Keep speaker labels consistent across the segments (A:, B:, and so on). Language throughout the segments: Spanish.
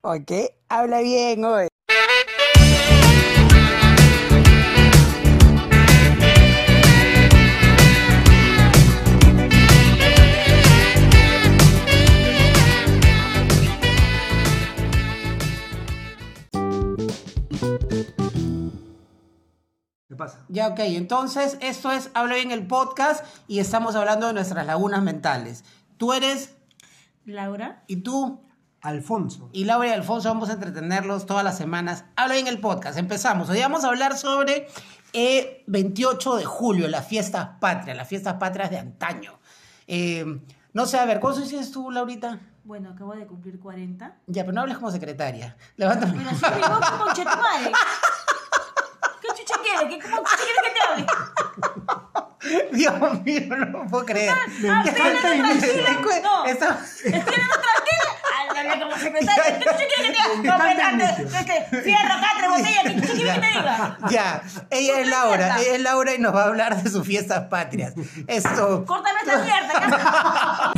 A: Ok, habla bien hoy.
B: ¿Qué pasa?
A: Ya, ok, entonces esto es Habla bien el podcast y estamos hablando de nuestras lagunas mentales. Tú eres
C: Laura.
A: y tú
B: Alfonso.
A: y Laura y Alfonso vamos a entretenerlos todas las semanas. Habla bien el podcast, empezamos. Hoy vamos a hablar sobre eh, 28 de julio, las fiestas patrias, las fiestas patrias de antaño. Eh, no sé, a ver, ¿cuántos dices tú, Laurita?
C: Bueno, acabo de cumplir 40.
A: Ya, pero no hables como secretaria. Levántame.
C: Pero sí me voy con conchetumare. ¿Qué chucha quieres? ¿Qué cómo chucha quieres que te hable?
A: Dios mío, no lo puedo creer.
C: Ah,
A: Ya
C: estoy hablando
A: falta de
C: tranquila.
A: inicio.
C: No.
A: Estaba-
C: Estoy hablando tranquila. Háblame como secretaria. ¿Qué chucha quieres que te hable?
B: Con tanta
C: Hombre,
B: ambición.
C: este, Fierro, catre, botella. ¿Qué chucha quieres que te diga?
A: Ya, ella es
C: Súper
A: Laura,
C: mierda.
A: ella es Laura y nos va a hablar de sus fiestas patrias. Esto.
C: Córtame esta mierda. carajo.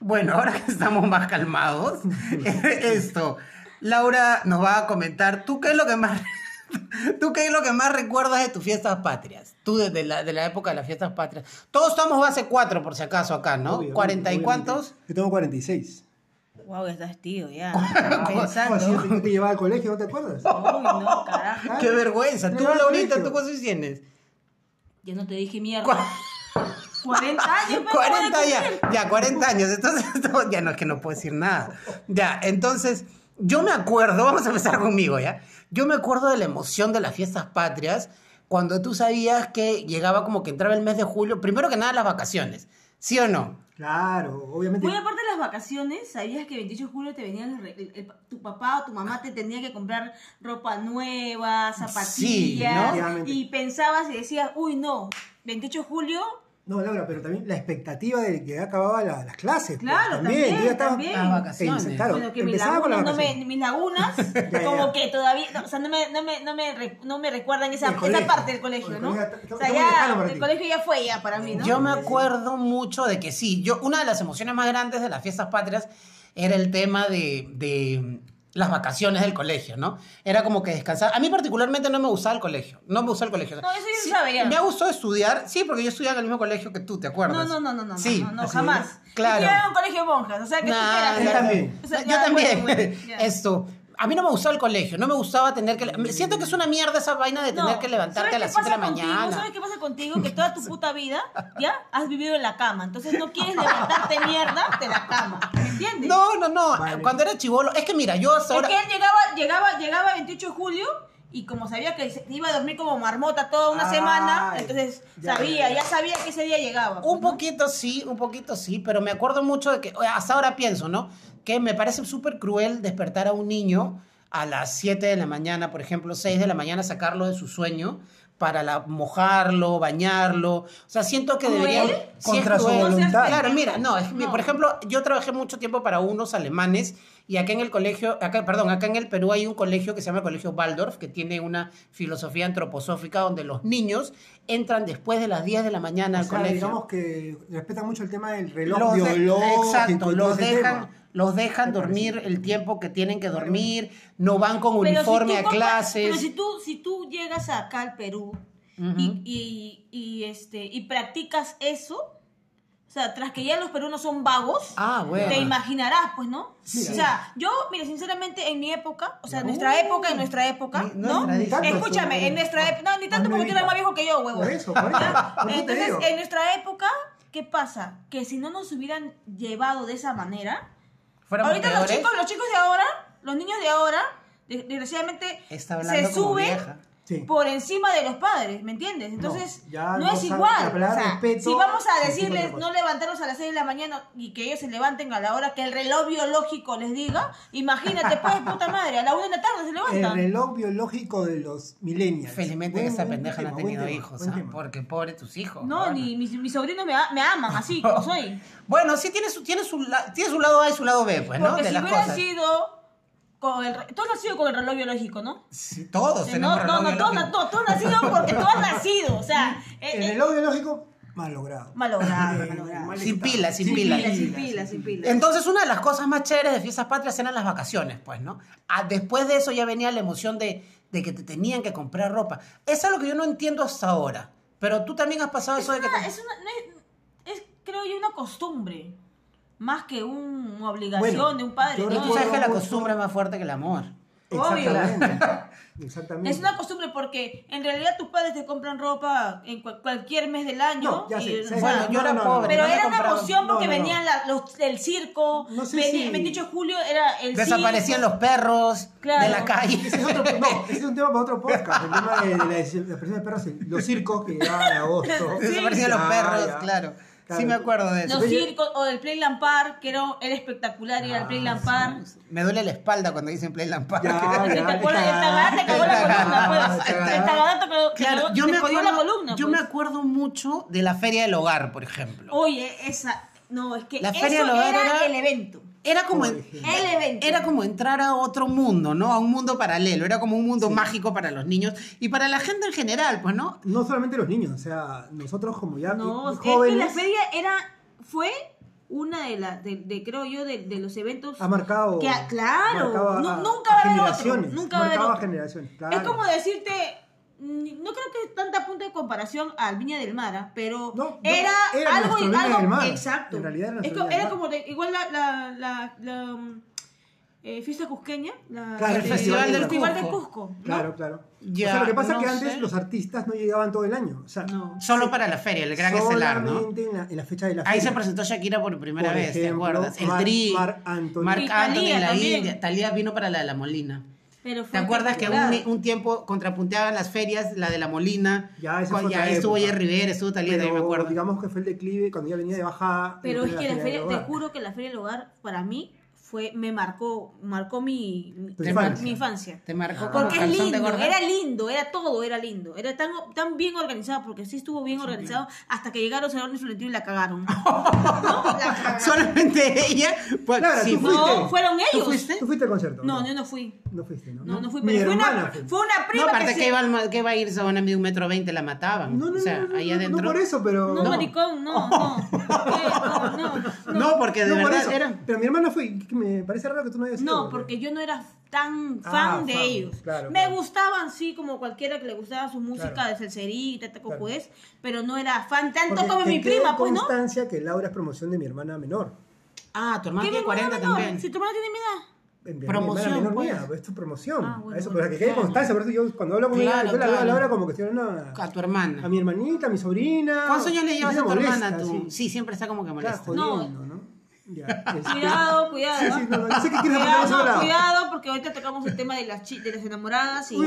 A: Bueno, ahora que estamos más calmados, esto. Laura nos va a comentar, ¿tú qué es lo que más, tú qué es lo que más recuerdas de tus fiestas patrias? Tú desde la, de la época de las fiestas patrias. Todos estamos base 4 por si acaso acá, ¿no?
B: Obvio,
A: ¿Cuarenta y
B: obviamente.
A: cuántos?
B: Yo tengo 46.
C: Guau, estás tío ya.
B: Oh, así yo
C: Pensando.
B: te- yo te llevaba al colegio, ¿no te acuerdas?
C: Uy, no, carajo.
A: Qué vergüenza. Tú,
B: Era
A: Laurita,
B: colegio.
A: ¿tú cuántos tienes?
C: Ya no te dije
A: Cu-
C: mierda. 40 años. me acabo de
A: 40
C: cumplir.
A: ya, ya, 40 años. Entonces, no, ya no es que no puedo decir nada. Ya, entonces, yo me acuerdo, vamos a empezar conmigo, ¿ya? Yo me acuerdo de la emoción de las fiestas patrias cuando tú sabías que llegaba como que entraba el mes de julio, primero que nada las vacaciones, ¿sí o no?
B: Claro, obviamente.
C: Muy aparte de las vacaciones, ¿sabías que 28 de julio te venían los re- el- el- tu papá o tu mamá te tenía que comprar ropa nueva, zapatillas?
B: Definitivamente.
C: Y pensabas y decías, uy, no, 28 de julio,
B: No, Laura, pero también la expectativa de que ya acababa la- las clases. pues,
C: Claro, también,
B: Yo ya estaba
C: también.
A: Las vacaciones.
B: Ex- claro,
C: bueno, que mis
B: empezaba con las
C: lagunas, no
B: vacaciones.
C: me, mis lagunas,
B: ya.
C: como que todavía, no, o sea, no me, no me, no me, re- no me recuerdan esa,
B: El
C: esa
B: colegio.
C: parte del
B: El
C: colegio, ¿no?
B: colegio está-
C: o
B: está
C: sea,
B: muy lejano
C: ya,
B: para
C: el
B: ti.
C: colegio ya fue ya para mí, ¿no?
A: Yo me acuerdo mucho de que sí, yo, una de las emociones más grandes de las fiestas patrias era el tema de, de mm, las vacaciones del colegio, ¿no? Era como que descansar. A mí particularmente no me gustaba el colegio, no me gustaba el colegio.
C: No, eso yo
A: Sí,
C: sabía.
A: Me gustó estudiar, sí, porque yo estudiaba en el mismo colegio que tú, ¿te
C: no,
A: acuerdas?
C: no, no, no, no,
A: sí.
C: no, no,
B: así
C: jamás.
A: es. Claro.
C: Yo era un colegio de monjas, o sea que tú
A: Nah,
C: quieras-
B: Yo
A: ya,
B: también.
C: O sea,
A: yo
C: ya,
A: también.
C: bueno, bueno, ya.
A: Esto. A mí no me gustaba el colegio, no me gustaba tener que... me- Siento que es una mierda esa vaina de tener
C: No,
A: que levantarte
C: ¿sabes
A: a las
C: qué
A: 7 de la
C: pasa contigo?
A: mañana.
C: ¿Sabes qué pasa contigo? Que toda tu puta vida, ¿ya? Has vivido en la cama. Entonces no quieres levantarte mierda de la cama. ¿Me entiendes?
A: No, no, no.
B: Vale.
A: Cuando era chivolo... Es que mira, yo hasta ahora...
C: Es que él llegaba, llegaba, llegaba el 28 de julio y como sabía que se iba a dormir como marmota toda una
B: Ay,
C: semana, entonces
B: ya,
C: sabía,
B: ya,
C: ya sabía que ese día llegaba. pues,
A: Un poquito sí, un poquito sí, pero me acuerdo mucho de que, o sea, hasta ahora pienso, ¿no? Que me parece súper cruel despertar a un niño a las 7 de la mañana, por ejemplo, 6 de la mañana, sacarlo de su sueño para la- mojarlo, bañarlo. O sea, siento que
C: ¿Cruel?
A: debería...
B: Contra su
C: voluntad.
A: Claro, mira, no, es que,
C: No.
A: por ejemplo, yo trabajé mucho tiempo para unos alemanes y acá en el colegio, acá, perdón, acá en el Perú hay un colegio que se llama el Colegio Waldorf, que tiene una filosofía antroposófica donde los niños entran después de las 10 de la mañana
B: O
A: al
B: sea,
A: colegio
B: digamos que respetan mucho el tema del reloj
A: los de-
B: biológico y
A: exacto,
B: todo
A: los
B: ese
A: dejan,
B: tema.
A: los dejan
B: Me parece.
A: dormir el tiempo que tienen que dormir, no van con
C: Pero si
A: uniforme
C: tú
A: a
C: compras-
A: clases.
C: Pero si tú, si tú llegas acá al Perú
A: Ujú.
C: y, y- y, este, y practicas eso, o sea, tras que ya los peruanos son vagos,
A: Ah, bueno.
C: te imaginarás, pues, ¿no?
A: Sí.
C: O sea, yo, mira, sinceramente, en mi época, o sea, en
A: Ya.
C: nuestra época, en nuestra época,
A: Ni-
C: ¿no?
A: nuestra época.
C: Escúchame, en nuestra época, no, ni tanto porque tú eres más viejo que yo, huevo.
B: Por eso, por eso. Por eso te
C: Entonces,
B: digo.
C: en nuestra época, ¿qué pasa? Que si no nos hubieran llevado de esa manera,
A: Fuéramos
C: Ahorita los
A: peores.
C: chicos, los chicos de ahora, los niños de ahora, de- desgraciadamente
A: Está hablando
C: se
A: como
C: suben
A: vieja.
B: Sí.
C: por encima de los padres, ¿me entiendes? Entonces,
B: No, ya
C: no,
B: no
C: es
B: saben- la
C: igual.
B: palabra
C: O sea,
B: respeto
C: si vamos a
B: es
C: decirles
B: otra cosa.
C: no levantarlos a las 6 de la mañana y que ellos se levanten a la hora que el reloj biológico les diga, imagínate, pues, puta madre, a la 1 de la tarde se
B: El
C: levantan.
B: reloj biológico de los millennials.
A: Felizmente
B: Buen-
A: que esa
B: buen
A: pendeja no ha
B: tema, buen
A: tenido
B: tema,
A: hijos,
B: buen
A: ¿ah?
B: tema.
A: porque pobre tus hijos.
C: No,
A: bueno.
C: ni mis, mis sobrinos me, a- me aman así como soy.
A: Bueno, sí tiene su, tiene su, la- tiene su lado A y su lado B, pues, ¿no?
C: Porque
A: De
C: si
A: las
C: hubiera
A: cosas.
C: sido con el... re- Todos han sido con el reloj biológico, ¿no? Eh,
A: Sí, todos
C: No,
A: tenemos
C: no, no,
A: reloj
C: tú, has-
A: biológico.
C: no, tú has nacido porque tú has nacido, o sea, eh,
B: El
C: eh,
B: reloj biológico malogrado.
C: Malogrado,
B: Eh,
C: malogrado.
B: mal
A: Sin
B: estado.
A: pilas, sin
C: Sin
A: pilas.
C: pilas, sin pilas, sin pilas.
A: Entonces, una de las cosas más chéveres de fiestas patrias eran las vacaciones, pues, ¿no? Ah, después de eso ya venía la emoción de, de que te tenían que comprar ropa. Es algo que yo no entiendo hasta ahora. Pero tú también has pasado eso de que...
C: Ah,
A: te-
C: es una, no es, es, creo yo, una costumbre. Más que un- una obligación
B: Bueno,
C: de un padre.
B: yo
C: ¿no?
A: Y tú sabes que la
B: mucho-
A: costumbre es más fuerte que el amor.
C: Obvio.
B: Exactamente. Exactamente.
C: Es una costumbre porque en realidad tus padres te compran ropa en cual- cualquier mes del año.
B: No, ya sé,
C: y-
B: sé,
A: Bueno,
B: no,
A: yo era
B: no, no,
A: pobre,
C: Pero
A: no me
C: era una
A: compraban-
C: emoción porque
B: no, no, no.
C: venían la- los- el circo.
B: No sé
C: veni-
B: si-
C: 28 de julio era el
A: Desaparecían
C: circo.
A: los perros de
C: Claro.
A: la calle.
B: Ese es, otro, no, ese es un tema para otro podcast. El tema de, de la desaparición de perros, en los circos que llegaban en agosto.
A: Desaparecían los
B: Ya,
A: perros,
B: ya.
A: claro.
B: Claro.
A: Sí me acuerdo de eso.
C: Los circos o el Playland Park, que era, era espectacular ir al
B: Ah,
C: Playland Park.
A: Me duele la espalda cuando dicen play Park.
B: Ya,
C: Te
B: ya.
C: acabó la- te acabó la columna, pues.
B: Claro.
C: Te acabó- te
A: Claro,
C: acabó-
A: yo, me
C: te
A: acuerdo,
C: acabó la columna,
A: yo
C: pues. Oh.
A: me acuerdo mucho de la Feria del Hogar, por ejemplo.
C: Oye, esa. No, es que
A: La
C: eso
A: Feria del
C: era,
A: Hogar era-
C: el evento.
A: Era como, en-
B: Oye.
C: El evento.
A: era como entrar a otro mundo, ¿no? A un mundo paralelo. Era como un mundo mágico para los niños y para la gente en general, pues, ¿no?
B: No solamente los niños, o sea, nosotros como ya
C: No, es que la
B: jóvenes
C: feria era. Fue una de las. De, de- creo yo, de, de los eventos.
B: ha marcado.
C: Que a- claro,
B: marcaba
C: nu-
B: a-
C: nunca
B: a
C: va a haber otro,
B: generaciones.
C: nunca va a haber
B: marcaba
C: otro.
B: generaciones. Claro.
C: Es como decirte. mm, No creo que tanta punta de comparación al Viña del Mar, ¿ah? pero
B: No, no,
C: era,
B: era
C: algo,
B: nuestro Viña
C: algo-
B: del Mar.
C: exacto.
B: En realidad era
C: Es
B: nuestro
C: co-
B: Viña del
C: era
B: Mar.
C: como de- igual la, la, la- la, mm, eh, fiesta cusqueña, la-
B: Claro, el
C: de-
B: Festival del
C: Festival de
A: Cusco.
C: Cusco. ¿no?
B: Claro, claro.
A: Ya,
B: o sea, lo que pasa
A: no
B: es que antes
A: sé.
B: los artistas no llegaban todo el año. O sea,
C: No.
A: Solo para la feria, el gran estelar, ¿no?
B: solamente en la, en la fecha de la
A: Ahí
B: feria.
A: se presentó Shakira por primera
B: Por
A: vez,
B: ejemplo,
A: ¿te acuerdas? El
B: Mar-
A: Tri,
B: Marc Anthony.
A: Marc
C: Y
A: Anthony,
C: Thalía
A: la
C: también.
A: India. Talía vino para la de la Molina.
C: Pero fue
A: ¿Te acuerdas que un,
C: espectacular.
A: un tiempo contrapunteaban las ferias, la de la Molina?
B: Ya, esa
A: Con-
B: fue otra
A: estuvo
B: época.
A: Jerry Rivera, estuvo Talía,
B: Pero
A: también me acuerdo.
B: digamos que fue el declive cuando ya venía de bajada.
C: Pero
B: después
C: es
B: de
C: que
B: feria
C: la feria,
B: del
C: te
B: hogar.
C: juro que la feria del hogar para mí fue, me marcó, marcó mi, mi-
B: Tu
C: mi
B: infancia.
C: mi infancia.
A: Te
B: Ah.
A: marcó como
C: Porque es
A: calzón de
C: lindo,
A: gorda.
C: era lindo, era todo, era lindo. Era tan, tan bien organizado, porque sí estuvo bien organizado, hasta que llegaron Cerón y Florentino y la cagaron. No, la cagaron.
A: Solamente ella. pues,
B: Claro,
A: sí,
B: tú
A: fue-
B: fuiste.
C: No, fueron
A: ¿Tú
C: ellos.
A: fuiste?
B: ¿Tú fuiste al concierto?
C: No, yo no fui.
B: No fuiste, ¿no?
C: No, no fui,
B: Mi
C: pero fue
B: hermana
C: una,
B: fue.
C: fue una
A: No,
C: prima
A: aparte
C: que
A: que,
C: se-
A: iba, al- que iba a irse a una amiga un metro veinte, la mataban.
B: No, no,
A: o sea,
B: no, no,
A: ahí
B: no,
A: adentro.
B: No por eso, pero.
C: No, maricón, no, no. No, no, no.
A: No, porque de
B: No, por
A: verdad
B: eso.
A: era.
B: Pero mi hermana fue. y Me parece raro que tú no hayas ido,
C: No, porque yo no era tan fan
B: este Ah,
C: de
B: fan,
C: ellos.
B: claro,
C: me
B: claro.
C: gustaban, sí, como cualquiera que le gustaba su música
B: Claro.
C: de salserita, taco
B: Claro.
C: pues, pero no era fan tanto
B: Porque
C: como
B: te
C: mi
B: queda
C: prima, pues, ¿no?
B: constancia que Laura es promoción de mi hermana menor.
A: Ah, tu
C: ¿Qué
A: hermana
C: mi
A: tiene
C: hermana
A: 40
C: menor?
A: también.
C: Si tu hermana tiene mi edad.
B: En Eh, mi
A: Promoción,
B: hermana menor
A: pues.
B: mía, pues, esto es promoción.
C: Ah, bueno,
B: A eso,
C: bueno,
B: para que quede
C: claro.
B: constancia. Por eso yo cuando hablo con ella,
A: Claro,
B: yo la veo a
A: claro.
B: Laura como que estoy hablando a,
A: A tu hermana.
B: a mi hermanita, a mi sobrina.
A: ¿Cuántos años le
B: Y
A: llevas
B: se
A: a tu
B: molesta,
A: hermana tú?
B: sí.
A: Sí. siempre está como que
B: Claro,
A: molesta.
B: jodiendo, ¿no? Ya, este-
C: Cuidado, cuidado.
B: Sí, sí, no, no, yo sé que quieres apuntar a
C: Cuidado,
B: otro lado.
C: cuidado, porque ahorita tocamos el tema de las, chi- de las enamoradas y uh,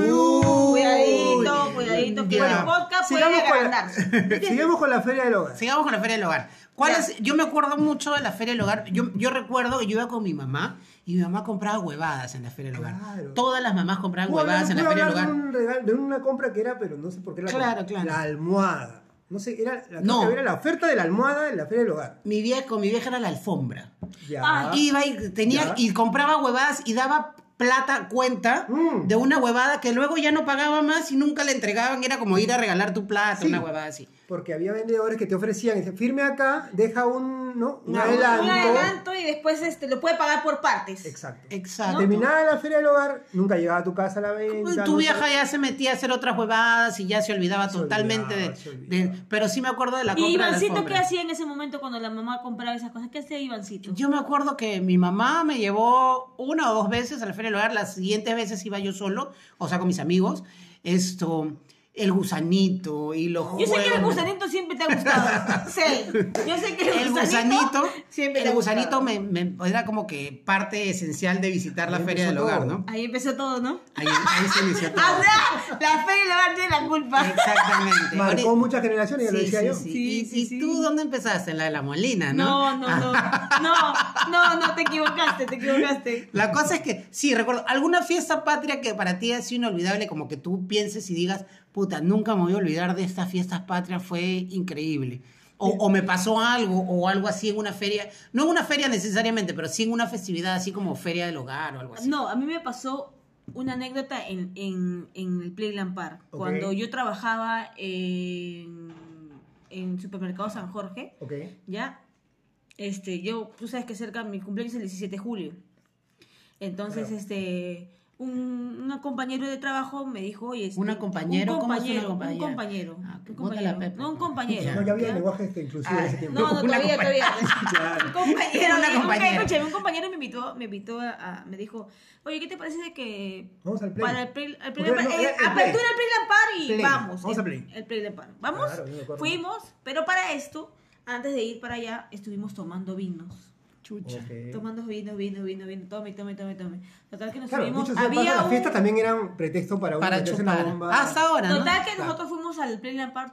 A: Uy.
C: cuidadito, cuidadito, que
A: Ya.
C: el podcast puede
B: Sigamos con, la,
C: agrandarse.
B: sigamos con la feria del hogar.
A: Sigamos con la Feria del Hogar. ¿Cuál
C: Ya.
A: es? Yo me acuerdo mucho de la Feria del Hogar. Yo, yo recuerdo que yo iba con mi mamá y mi mamá compraba huevadas en la Feria del Hogar.
B: Claro.
A: Todas las mamás compraban
B: Puedo hablar-
A: huevadas en la
B: puedo
A: Feria del
B: hablar
A: Hogar.
B: de un regalo- de una compra que era, pero no sé por qué la
A: Claro,
B: compré.
A: claro.
B: La almohada. No sé, era la,
A: No.
B: creo que era la oferta de la almohada en la feria del hogar.
A: Mi vieja, con mi vieja era la alfombra.
B: Ya.
C: Ah,
A: Iba y tenía
B: Ya.
A: y compraba huevadas y daba plata cuenta
B: Mm.
A: de una huevada que luego ya no pagaba más y nunca le entregaban. Era como ir a regalar tu plata,
B: Mm. Sí.
A: una huevada así.
B: Porque había vendedores que te ofrecían, dice, firme acá, deja un, ¿no? un
A: No,
B: adelanto.
C: Un adelanto y después este, lo puede pagar por partes.
B: Exacto.
A: Exacto.
B: Terminada la feria del hogar, nunca llegaba a tu casa a la venta.
A: tu
B: no
A: vieja
B: sé.
A: ya se metía a hacer otras huevadas y ya se olvidaba
B: Se
A: totalmente de-
B: olvidaba, se
A: de,
B: olvidaba.
A: Pero sí me acuerdo de la compra
C: ¿Y
A: de la
C: Ivancito qué
A: alfombra.
C: hacía en ese momento cuando la mamá compraba esas cosas? ¿Qué hacía Ivancito?
A: Yo me acuerdo que mi mamá me llevó una o dos veces al Feria del Hogar, las siguientes veces iba yo solo, o sea, con mis amigos, esto, el gusanito y los
C: Yo sé que el
A: juegos.
C: gusanito siempre te ha gustado. Sí. Yo sé que el,
A: El gusanito,
C: siempre te
A: el
C: ha
A: gusanito
C: gustado.
A: me, me- era como que parte esencial de visitar la
B: Ahí
A: Feria del
B: empezó
A: Hogar,
B: todo.
A: ¿no?
C: Ahí empezó todo, ¿no?
A: Ahí, ahí se inició todo.
C: Ahora la fe y la bar tiene la culpa.
A: Exactamente.
B: Marcó muchas generaciones, ya lo
A: Sí,
B: decía
A: sí,
B: yo.
A: sí.
C: Sí,
A: ¿Y,
C: sí,
A: y
C: sí.
A: tú dónde empezaste? En la de la Molina, ¿no? Ah,
C: No, no, no. No, no, no, te equivocaste, te equivocaste.
A: La cosa es que, sí, recuerdo, alguna fiesta patria que para ti ha sido inolvidable, como que tú pienses y digas, puta, nunca me voy a olvidar de estas fiestas patrias, fue increíble. O, o me pasó algo, o algo así en una feria, no en una feria necesariamente, pero sí en una festividad así como feria del hogar o algo así.
C: No, a mí me pasó una anécdota en, en, en el Playland Park.
B: Ok.
C: Cuando yo trabajaba en, en Supermercado San Jorge,
B: Ok.
C: ¿ya? Este, yo, tú sabes que cerca mi cumpleaños es el 17 de julio. Entonces, este, un, un compañero de trabajo me dijo, oye, este,
A: ¿Una compañero?
C: un
A: ¿Cómo es una
C: compañero,
A: compañera?
C: un compañero,
A: Ah,
C: un
A: bota la pues.
C: compañero,
A: pepa.
C: no un compañero.
B: No, ya había
C: ¿ya?
B: lenguaje este, inclusivo en ese tiempo.
C: Ah, No, no,
D: Una
C: todavía, todavía. Un compañero,
D: Una
C: me dijo,
D: compañera.
C: "Ok, escúchame, un compañero me invitó, me invitó a, a- me dijo, oye, ¿qué te parece de que
B: Vamos al play.
C: para el play, al
B: Porque
C: play-
B: no,
C: eh,
B: ya, el play.
C: apertura el play lampar y
B: Play.
C: vamos.
B: Vamos
C: el,
B: al play.
C: El play lampar. Vamos,
B: Claro, yo me acuerdo.
C: fuimos, pero para esto, antes de ir para allá, estuvimos tomando vinos.
A: Chucha.
B: Ok.
C: Tomando vino, vino, vino, vino, tome, tome, tome, tome. Total que nos
B: Claro,
C: subimos.
B: dicho sea de paso,
C: Había
B: las fiestas
C: un, Ah,
B: también eran pretexto para uno
A: Para
B: meterse en la
A: chupar.
B: bomba.
A: Hasta ahora, ¿no?
C: Total que nosotros fuimos al Play Lampard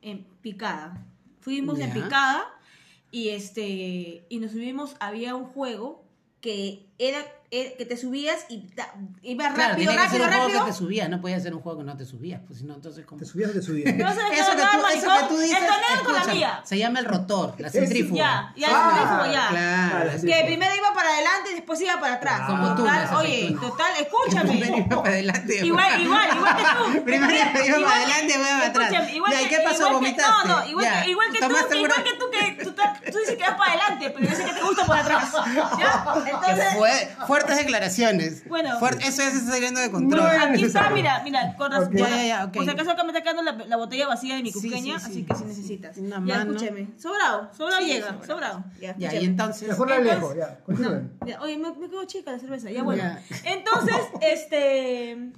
C: en picada. Fuimos en
A: Ya.
C: picada y este y nos subimos, había un juego que era, era- que te subías y ta- iba
A: Claro,
C: rápido,
A: tenía que ser
C: rápido,
A: un juego
C: rápido.
A: que te subías, no podías hacer un juego que no te subías, pues si no, entonces como...
B: Te subías o te subías.
C: No se me
A: Eso que,
C: estaba
A: tú, eso que tú
C: maricón,
A: dices,
C: el torneo con la
A: escúchame,
C: mía.
A: se llama el rotor, la
B: Eso,
A: centrífuga.
C: Ya, ya,
B: Ah,
C: el centrífugo, ya.
A: Claro,
B: Claro, sí.
C: Que primero iba para adelante y después iba para atrás.
A: Como Ah, tú,
C: total,
A: Nacho,
C: oye,
A: como tú.
C: total,
A: Primero
C: escúchame.
A: iba para adelante,
C: Igual,
A: güey.
C: igual, igual que tú.
A: Primero iba para
C: Igual-
A: adelante, luego para atrás.
C: escúchame, Igual
A: Ya, ¿y
C: que,
A: qué pasó?
C: igual que-
A: ¿Vomitaste?
C: No, no, igual,
A: Ya.
C: que, igual que tú,
A: ¿Tomaste
C: que
A: alguna-
C: igual que tú, que tú, ta- tú dices que vas para adelante, pero yo dices que te gusta por atrás. ¿Ya?
D: Que
C: Entonces,
D: fue- fuertes declaraciones.
C: Bueno.
D: Fuert- eso ya se está saliendo de control.
B: No,
C: aquí está,
B: necesario.
C: mira, mira, con razón.
B: Ok.
C: con
A: Ya, ya, ya,
C: razón.
A: ok.
C: Por si acaso acá me está quedando la, la botella vacía de mi
A: Sí, sí,
C: cusqueña,
A: sí.
C: así que si necesitas.
A: Una
C: ya,
A: mano.
C: escúchame. Sobrado, sobrado llega, sobrado. Ya,
A: Ya,
C: escúchame.
A: y entonces...
B: Mejor la
C: Entonces-
B: lejos, ya. Continúen.
C: Ya, Oye, me, me quedo chica la cerveza. Ya bueno.
A: Ya.
C: Entonces, este.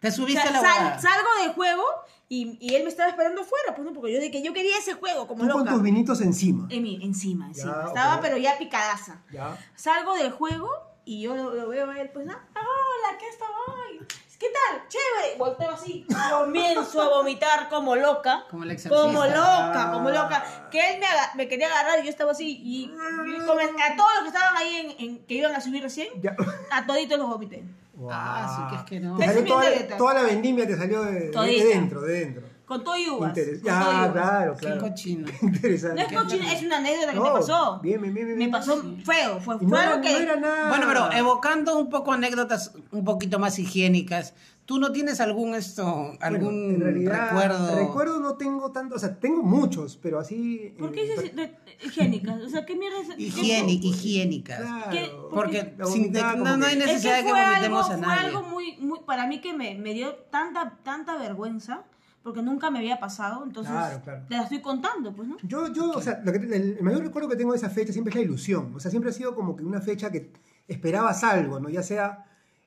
A: Te subiste a la
C: Sal-
A: huevada.
C: salgo del juego y, y él me estaba esperando afuera, pues no, porque yo de que yo quería ese juego como
B: Tú con
C: loca.
B: tus vinitos encima.
C: En mi- encima, encima.
B: ok.
C: Estaba pero ya picadaza.
B: Ya.
C: Salgo del juego y yo lo, lo veo a él, pues, ah, hola, ¿qué estoy? ¿Qué tal? Chévere. Volteo así, comienzo a vomitar como loca.
A: Como el exorcista.
C: Como loca, como
B: Ah.
C: loca. Que él me, aga- me quería agarrar y yo estaba así. Y, y como a todos los que estaban ahí en, en- que iban a subir recién,
B: Ya.
C: a toditos los vomité.
A: Ah, sí, que es que no.
B: Te
C: Esa es
B: salió
C: mi
B: toda,
C: dieta.
B: la, toda la vendimia te salió de, de,
C: Todita.
B: de dentro, de dentro.
C: Con todo y uvas.
B: Interes-
C: con todo y
B: Ya,
C: uvas.
B: claro,
A: Qué
B: claro.
A: cochino.
C: No
B: Interesante.
C: es cochina, es una anécdota que
B: No,
C: me pasó.
B: bien, bien, bien, bien,
C: Me
B: bien.
C: pasó feo, fue
B: Y
C: fue
B: no,
C: algo
B: era-
C: que.
B: no era nada.
D: Bueno, pero evocando un poco anécdotas un poquito más higiénicas, ¿tú no tienes algún esto,
B: Bueno,
D: algún
B: en realidad,
D: recuerdo?
B: Recuerdo no tengo tanto, o sea, tengo muchos, pero así.
C: ¿Por
B: eh,
C: qué dices de- de- higiénicas? O sea, ¿qué mierda es?
D: Higiéni- higiénicas.
B: Claro.
C: ¿Qué?
D: Porque
B: La
D: sin-
B: vomitada,
D: no,
B: como
D: no
B: que-
D: hay
C: Es
D: necesidad de que
C: fue
D: vomitemos
C: algo,
D: a
C: Fue
D: nadie.
C: algo muy, muy, para mí que me, me dio tanta, tanta vergüenza, porque nunca me había pasado, entonces
B: Claro, claro.
C: te la estoy contando, pues, ¿no?
B: Yo, yo, o sea, lo que- el, el mayor recuerdo que tengo de esa fecha siempre es la ilusión. O sea, siempre ha sido como que una fecha que esperabas algo, ¿no? Ya sea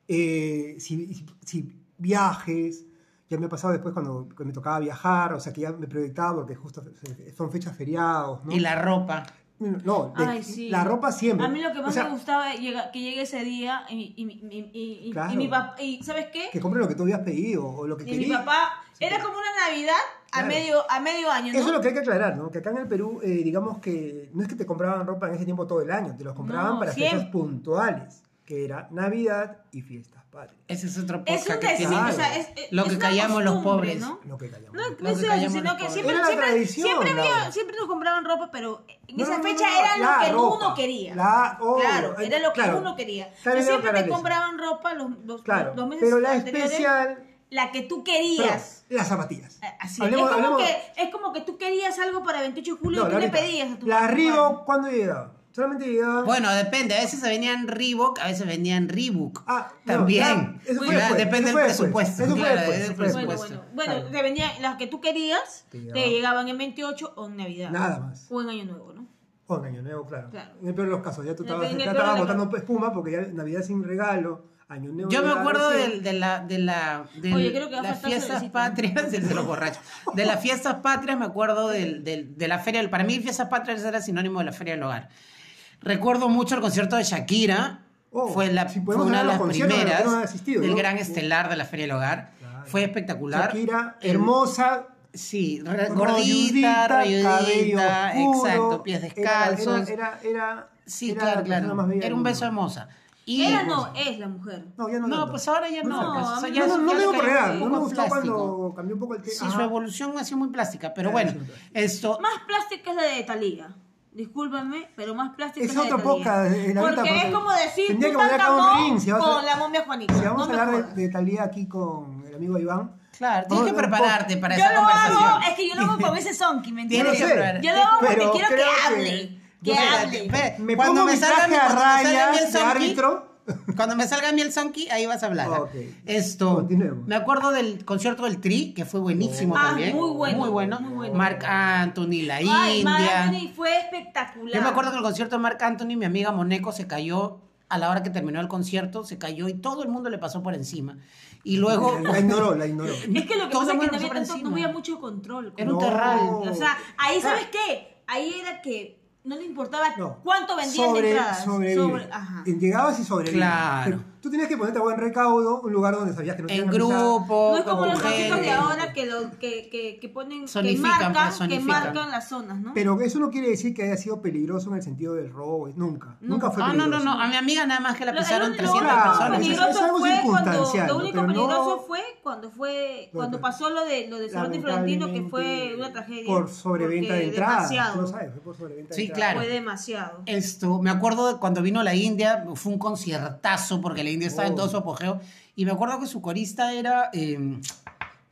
B: eh, si, si- si viajes, ya me ha pasado después cuando, cuando me tocaba viajar, o sea, que ya me proyectaba porque justo se- son fechas feriados, ¿no?
D: Y la ropa.
B: No, de-
C: Ay, sí.
B: la ropa siempre.
C: A mí lo que
B: O
C: más
B: sea,
C: me gustaba es llega- que llegue ese día y, y, y- y- y-
B: Claro.
C: y mi papá, y ¿sabes qué?
B: Que compre lo que tú habías pedido o lo que
C: Y mi
B: querías.
C: papá, era como una Navidad a,
B: Claro.
C: medio, a medio año, ¿no?
B: Eso es lo que hay que aclarar, ¿no? Que acá en el Perú, eh, digamos que no es que te compraban ropa en ese tiempo todo el año, te los compraban
C: No,
B: para fechas
C: siempre.
B: puntuales, que era Navidad y fiestas patrias.
D: Ese es otro
C: Es
D: podcast
C: un
D: que
C: decir,
D: tiene.
C: o sea, es, es-
D: Lo
C: es
D: que
C: una
D: callamos los
C: costumbre,
D: pobres.
C: ¿no?
B: Lo que callamos.
C: No, no
D: Lo
C: es
D: que
C: eso,
D: callamos
C: sino
D: los
C: que
D: pobres.
C: siempre,
B: Era la
C: siempre,
B: tradición,
C: siempre, había-
B: Laura.
C: siempre nos compraban ropa, pero en
B: No,
C: esa
B: no, no,
C: fecha
B: no,
C: era lo
B: la
C: que
B: ropa.
C: uno quería.
B: La- obvio.
C: claro,
B: Ay,
C: era lo que
B: claro.
C: uno quería.
B: Está
C: Pero
B: bien
C: siempre
B: aclarar
C: te
B: eso.
C: compraban ropa los, los,
B: Claro,
C: los meses
B: pero la
C: anteriores,
B: especial...
C: la que
B: perdón,
C: tú querías.
B: las zapatillas.
C: Eh, Así,
B: Hablemos-
C: es, como
B: hablemos-
C: Que, es como que tú querías algo para 28 de julio
B: No,
C: y tú le
B: Laurita,
C: pedías a tu
B: La
C: papá.
B: Reebok, ¿cuándo llegaba? Solamente llegaba...
D: Bueno, depende. A veces se venían Reebok, a veces venían Reebok.
B: Ah, no,
D: También.
B: claro, eso fue
D: Claro,
B: después,
D: Depende
B: eso fue
D: del
B: después,
D: presupuesto.
B: eso fue
D: claro,
B: después,
D: del
B: eso fue
C: Bueno,
D: presupuesto.
C: bueno, bueno,
B: Claro.
C: te venían las que tú querías,
B: Te
C: te,
B: llegaban.
C: llegaban en 28 o en Navidad.
B: Nada más.
C: O en Año Nuevo, ¿no?
B: O en Año Nuevo, claro.
C: Claro.
B: En el peor de los casos, ya tú
C: En
B: estabas,
C: el
B: ya
C: peor
B: estabas
C: de los
B: botando espuma porque ya Navidad sin regalo, Año Nuevo.
D: Yo me
B: regalo,
D: acuerdo
B: sí.
D: del- de, la de la de
C: Oye, creo que va a
D: las
C: faltar
D: fiestas
C: solecito.
D: patrias de, de los borrachos. De las fiestas patrias me acuerdo del- del- de la feria. del- Para mí fiestas patrias era sinónimo de la feria del hogar. Recuerdo mucho el concierto de Shakira.
B: Oh,
D: fue la,
B: si
D: fue
B: podemos
D: una de
B: hablar
D: las
B: de los conciertos a los que
D: primeras
B: no has asistido,
D: del
B: ¿no?
D: gran estelar de la feria del hogar.
B: Claro.
D: Fue espectacular.
B: Shakira,
D: El-
B: hermosa.
D: Sí, re-
B: rolludita,
D: gordita, rayudita,
B: cabello oscuro.
D: exacto, pies
B: Era-
D: descalzos.
B: Era, era, era,
D: sí,
B: era
D: claro,
B: la persona
D: claro.
B: más bella
D: Era
B: del
D: un
B: mundo.
D: beso hermosa. Y
C: Era no, es la mujer.
B: No, ya no.
D: No,
B: tanto.
D: pues ahora ya no.
C: No,
D: pues,
C: a
D: eso
C: mí
D: ya
B: no, no,
D: es-
B: no
D: ya
B: digo
D: es
B: por la edad,
D: un
B: no me
D: poco
B: gustó
D: plástico.
B: cuando Eh, cambió un poco el tema.
D: Sí, su evolución ha sido muy plástica, pero
B: Claro,
D: bueno,
B: sí, claro.
D: esto...
C: Más plástica es la de Thalía. Discúlpame, pero más plástica
B: Es
C: es, la
B: otro
C: de Thalía.
B: podcast, eh, la
C: porque,
B: verdad, porque
C: es como decir
B: tendría que volver acá a un
C: Tutankamón
B: ring, si vamos a-
C: con la momia Juanita.
B: Si vamos
C: no
B: a
C: me
B: hablar
C: jodas.
B: de, de Talía aquí con el el amigo Iván.
A: Claro, tienes
B: Vamos,
A: que
B: vamos.
A: prepararte para
C: Yo
A: esa
C: lo
A: conversación.
C: hago, es que yo lo hago con ese sonky, ¿me
A: Tienes
C: entiendes?
A: que
B: sé,
A: preparar.
C: Yo lo hago porque
B: pero
C: quiero que
B: creo que-
C: hable, que
A: Espérate,
C: hable.
A: espérate.
B: Me
A: cuando
B: pongo
A: me
B: mi
A: salga
B: traje
A: mi,
B: a
A: cuando me salga a mí
B: rayas
A: el
B: de
A: sonky,
B: árbitro.
A: Cuando me salga a mí el sonky, ahí vas a hablar.
B: Ok.
A: Esto.
B: Continuemos. Oh.
A: Me acuerdo del concierto del Tri, que fue buenísimo
C: Ah,
A: también.
C: muy bueno,
A: Muy bueno.
C: muy bueno.
A: Marc Anthony, la
C: Ay,
A: India.
C: Anthony fue espectacular.
A: Yo me acuerdo que el concierto de Marc Anthony, mi amiga Moneco, se cayó a la hora que terminó el concierto, se cayó y todo el mundo le pasó por encima. Y luego.
B: La ignoró, la ignoró.
C: Es que lo que
A: todo el
C: pasa es
A: mundo
C: que no
A: le pasó
C: había,
A: por
C: tanto, no
A: encima.
C: había mucho control.
A: Era un
B: No.
A: terral.
C: O sea, ahí, ¿sabes qué? Ahí era que no le importaba
B: Ah. No.
C: cuánto vendían de
B: sobre,
C: entradas.
B: sobrevive.
C: Sobre- ajá.
B: Llegabas y sobrevivías.
A: Claro.
B: Pero Tú tenías que ponerte a buen recaudo, un lugar donde sabías que
A: En
B: no te iban a pisar.
A: grupo.
C: No es como
A: con
C: los conciertos de
A: gente.
C: ahora que, lo, que, que, que ponen, que
A: Zonifican,
C: marcan,
A: pues,
C: que
A: zonifican.
C: marcan las zonas, ¿no?
B: Pero eso no quiere decir que haya sido peligroso en el sentido del robo. Nunca. Nunca fue
A: Ah,
B: peligroso.
A: no, no, no. A mi amiga nada más que la
C: Lo- el
A: pisaron
C: único-
A: 300
B: único
A: personas.
B: es-
C: peligroso
B: es algo
C: fue cuando-
B: circunstancial,
C: lo
B: ¿no?
C: único
B: Pero no-
C: peligroso fue cuando fue
B: No,
C: cuando
B: pero-
C: pasó lo de lo de Cervantes Florentino que fue
B: Lamentablemente,
C: una tragedia
B: Por sobreventa
C: porque
B: de entradas. Tú lo
C: demasiado,
B: sabes, fue por sobreventa de
A: Sí,
B: entradas.
A: claro.
C: fue demasiado.
A: Esto, me acuerdo de cuando vino la India, fue un conciertazo porque la India estaba en
B: Oh.
A: todo su apogeo. Y me acuerdo que su corista era eh,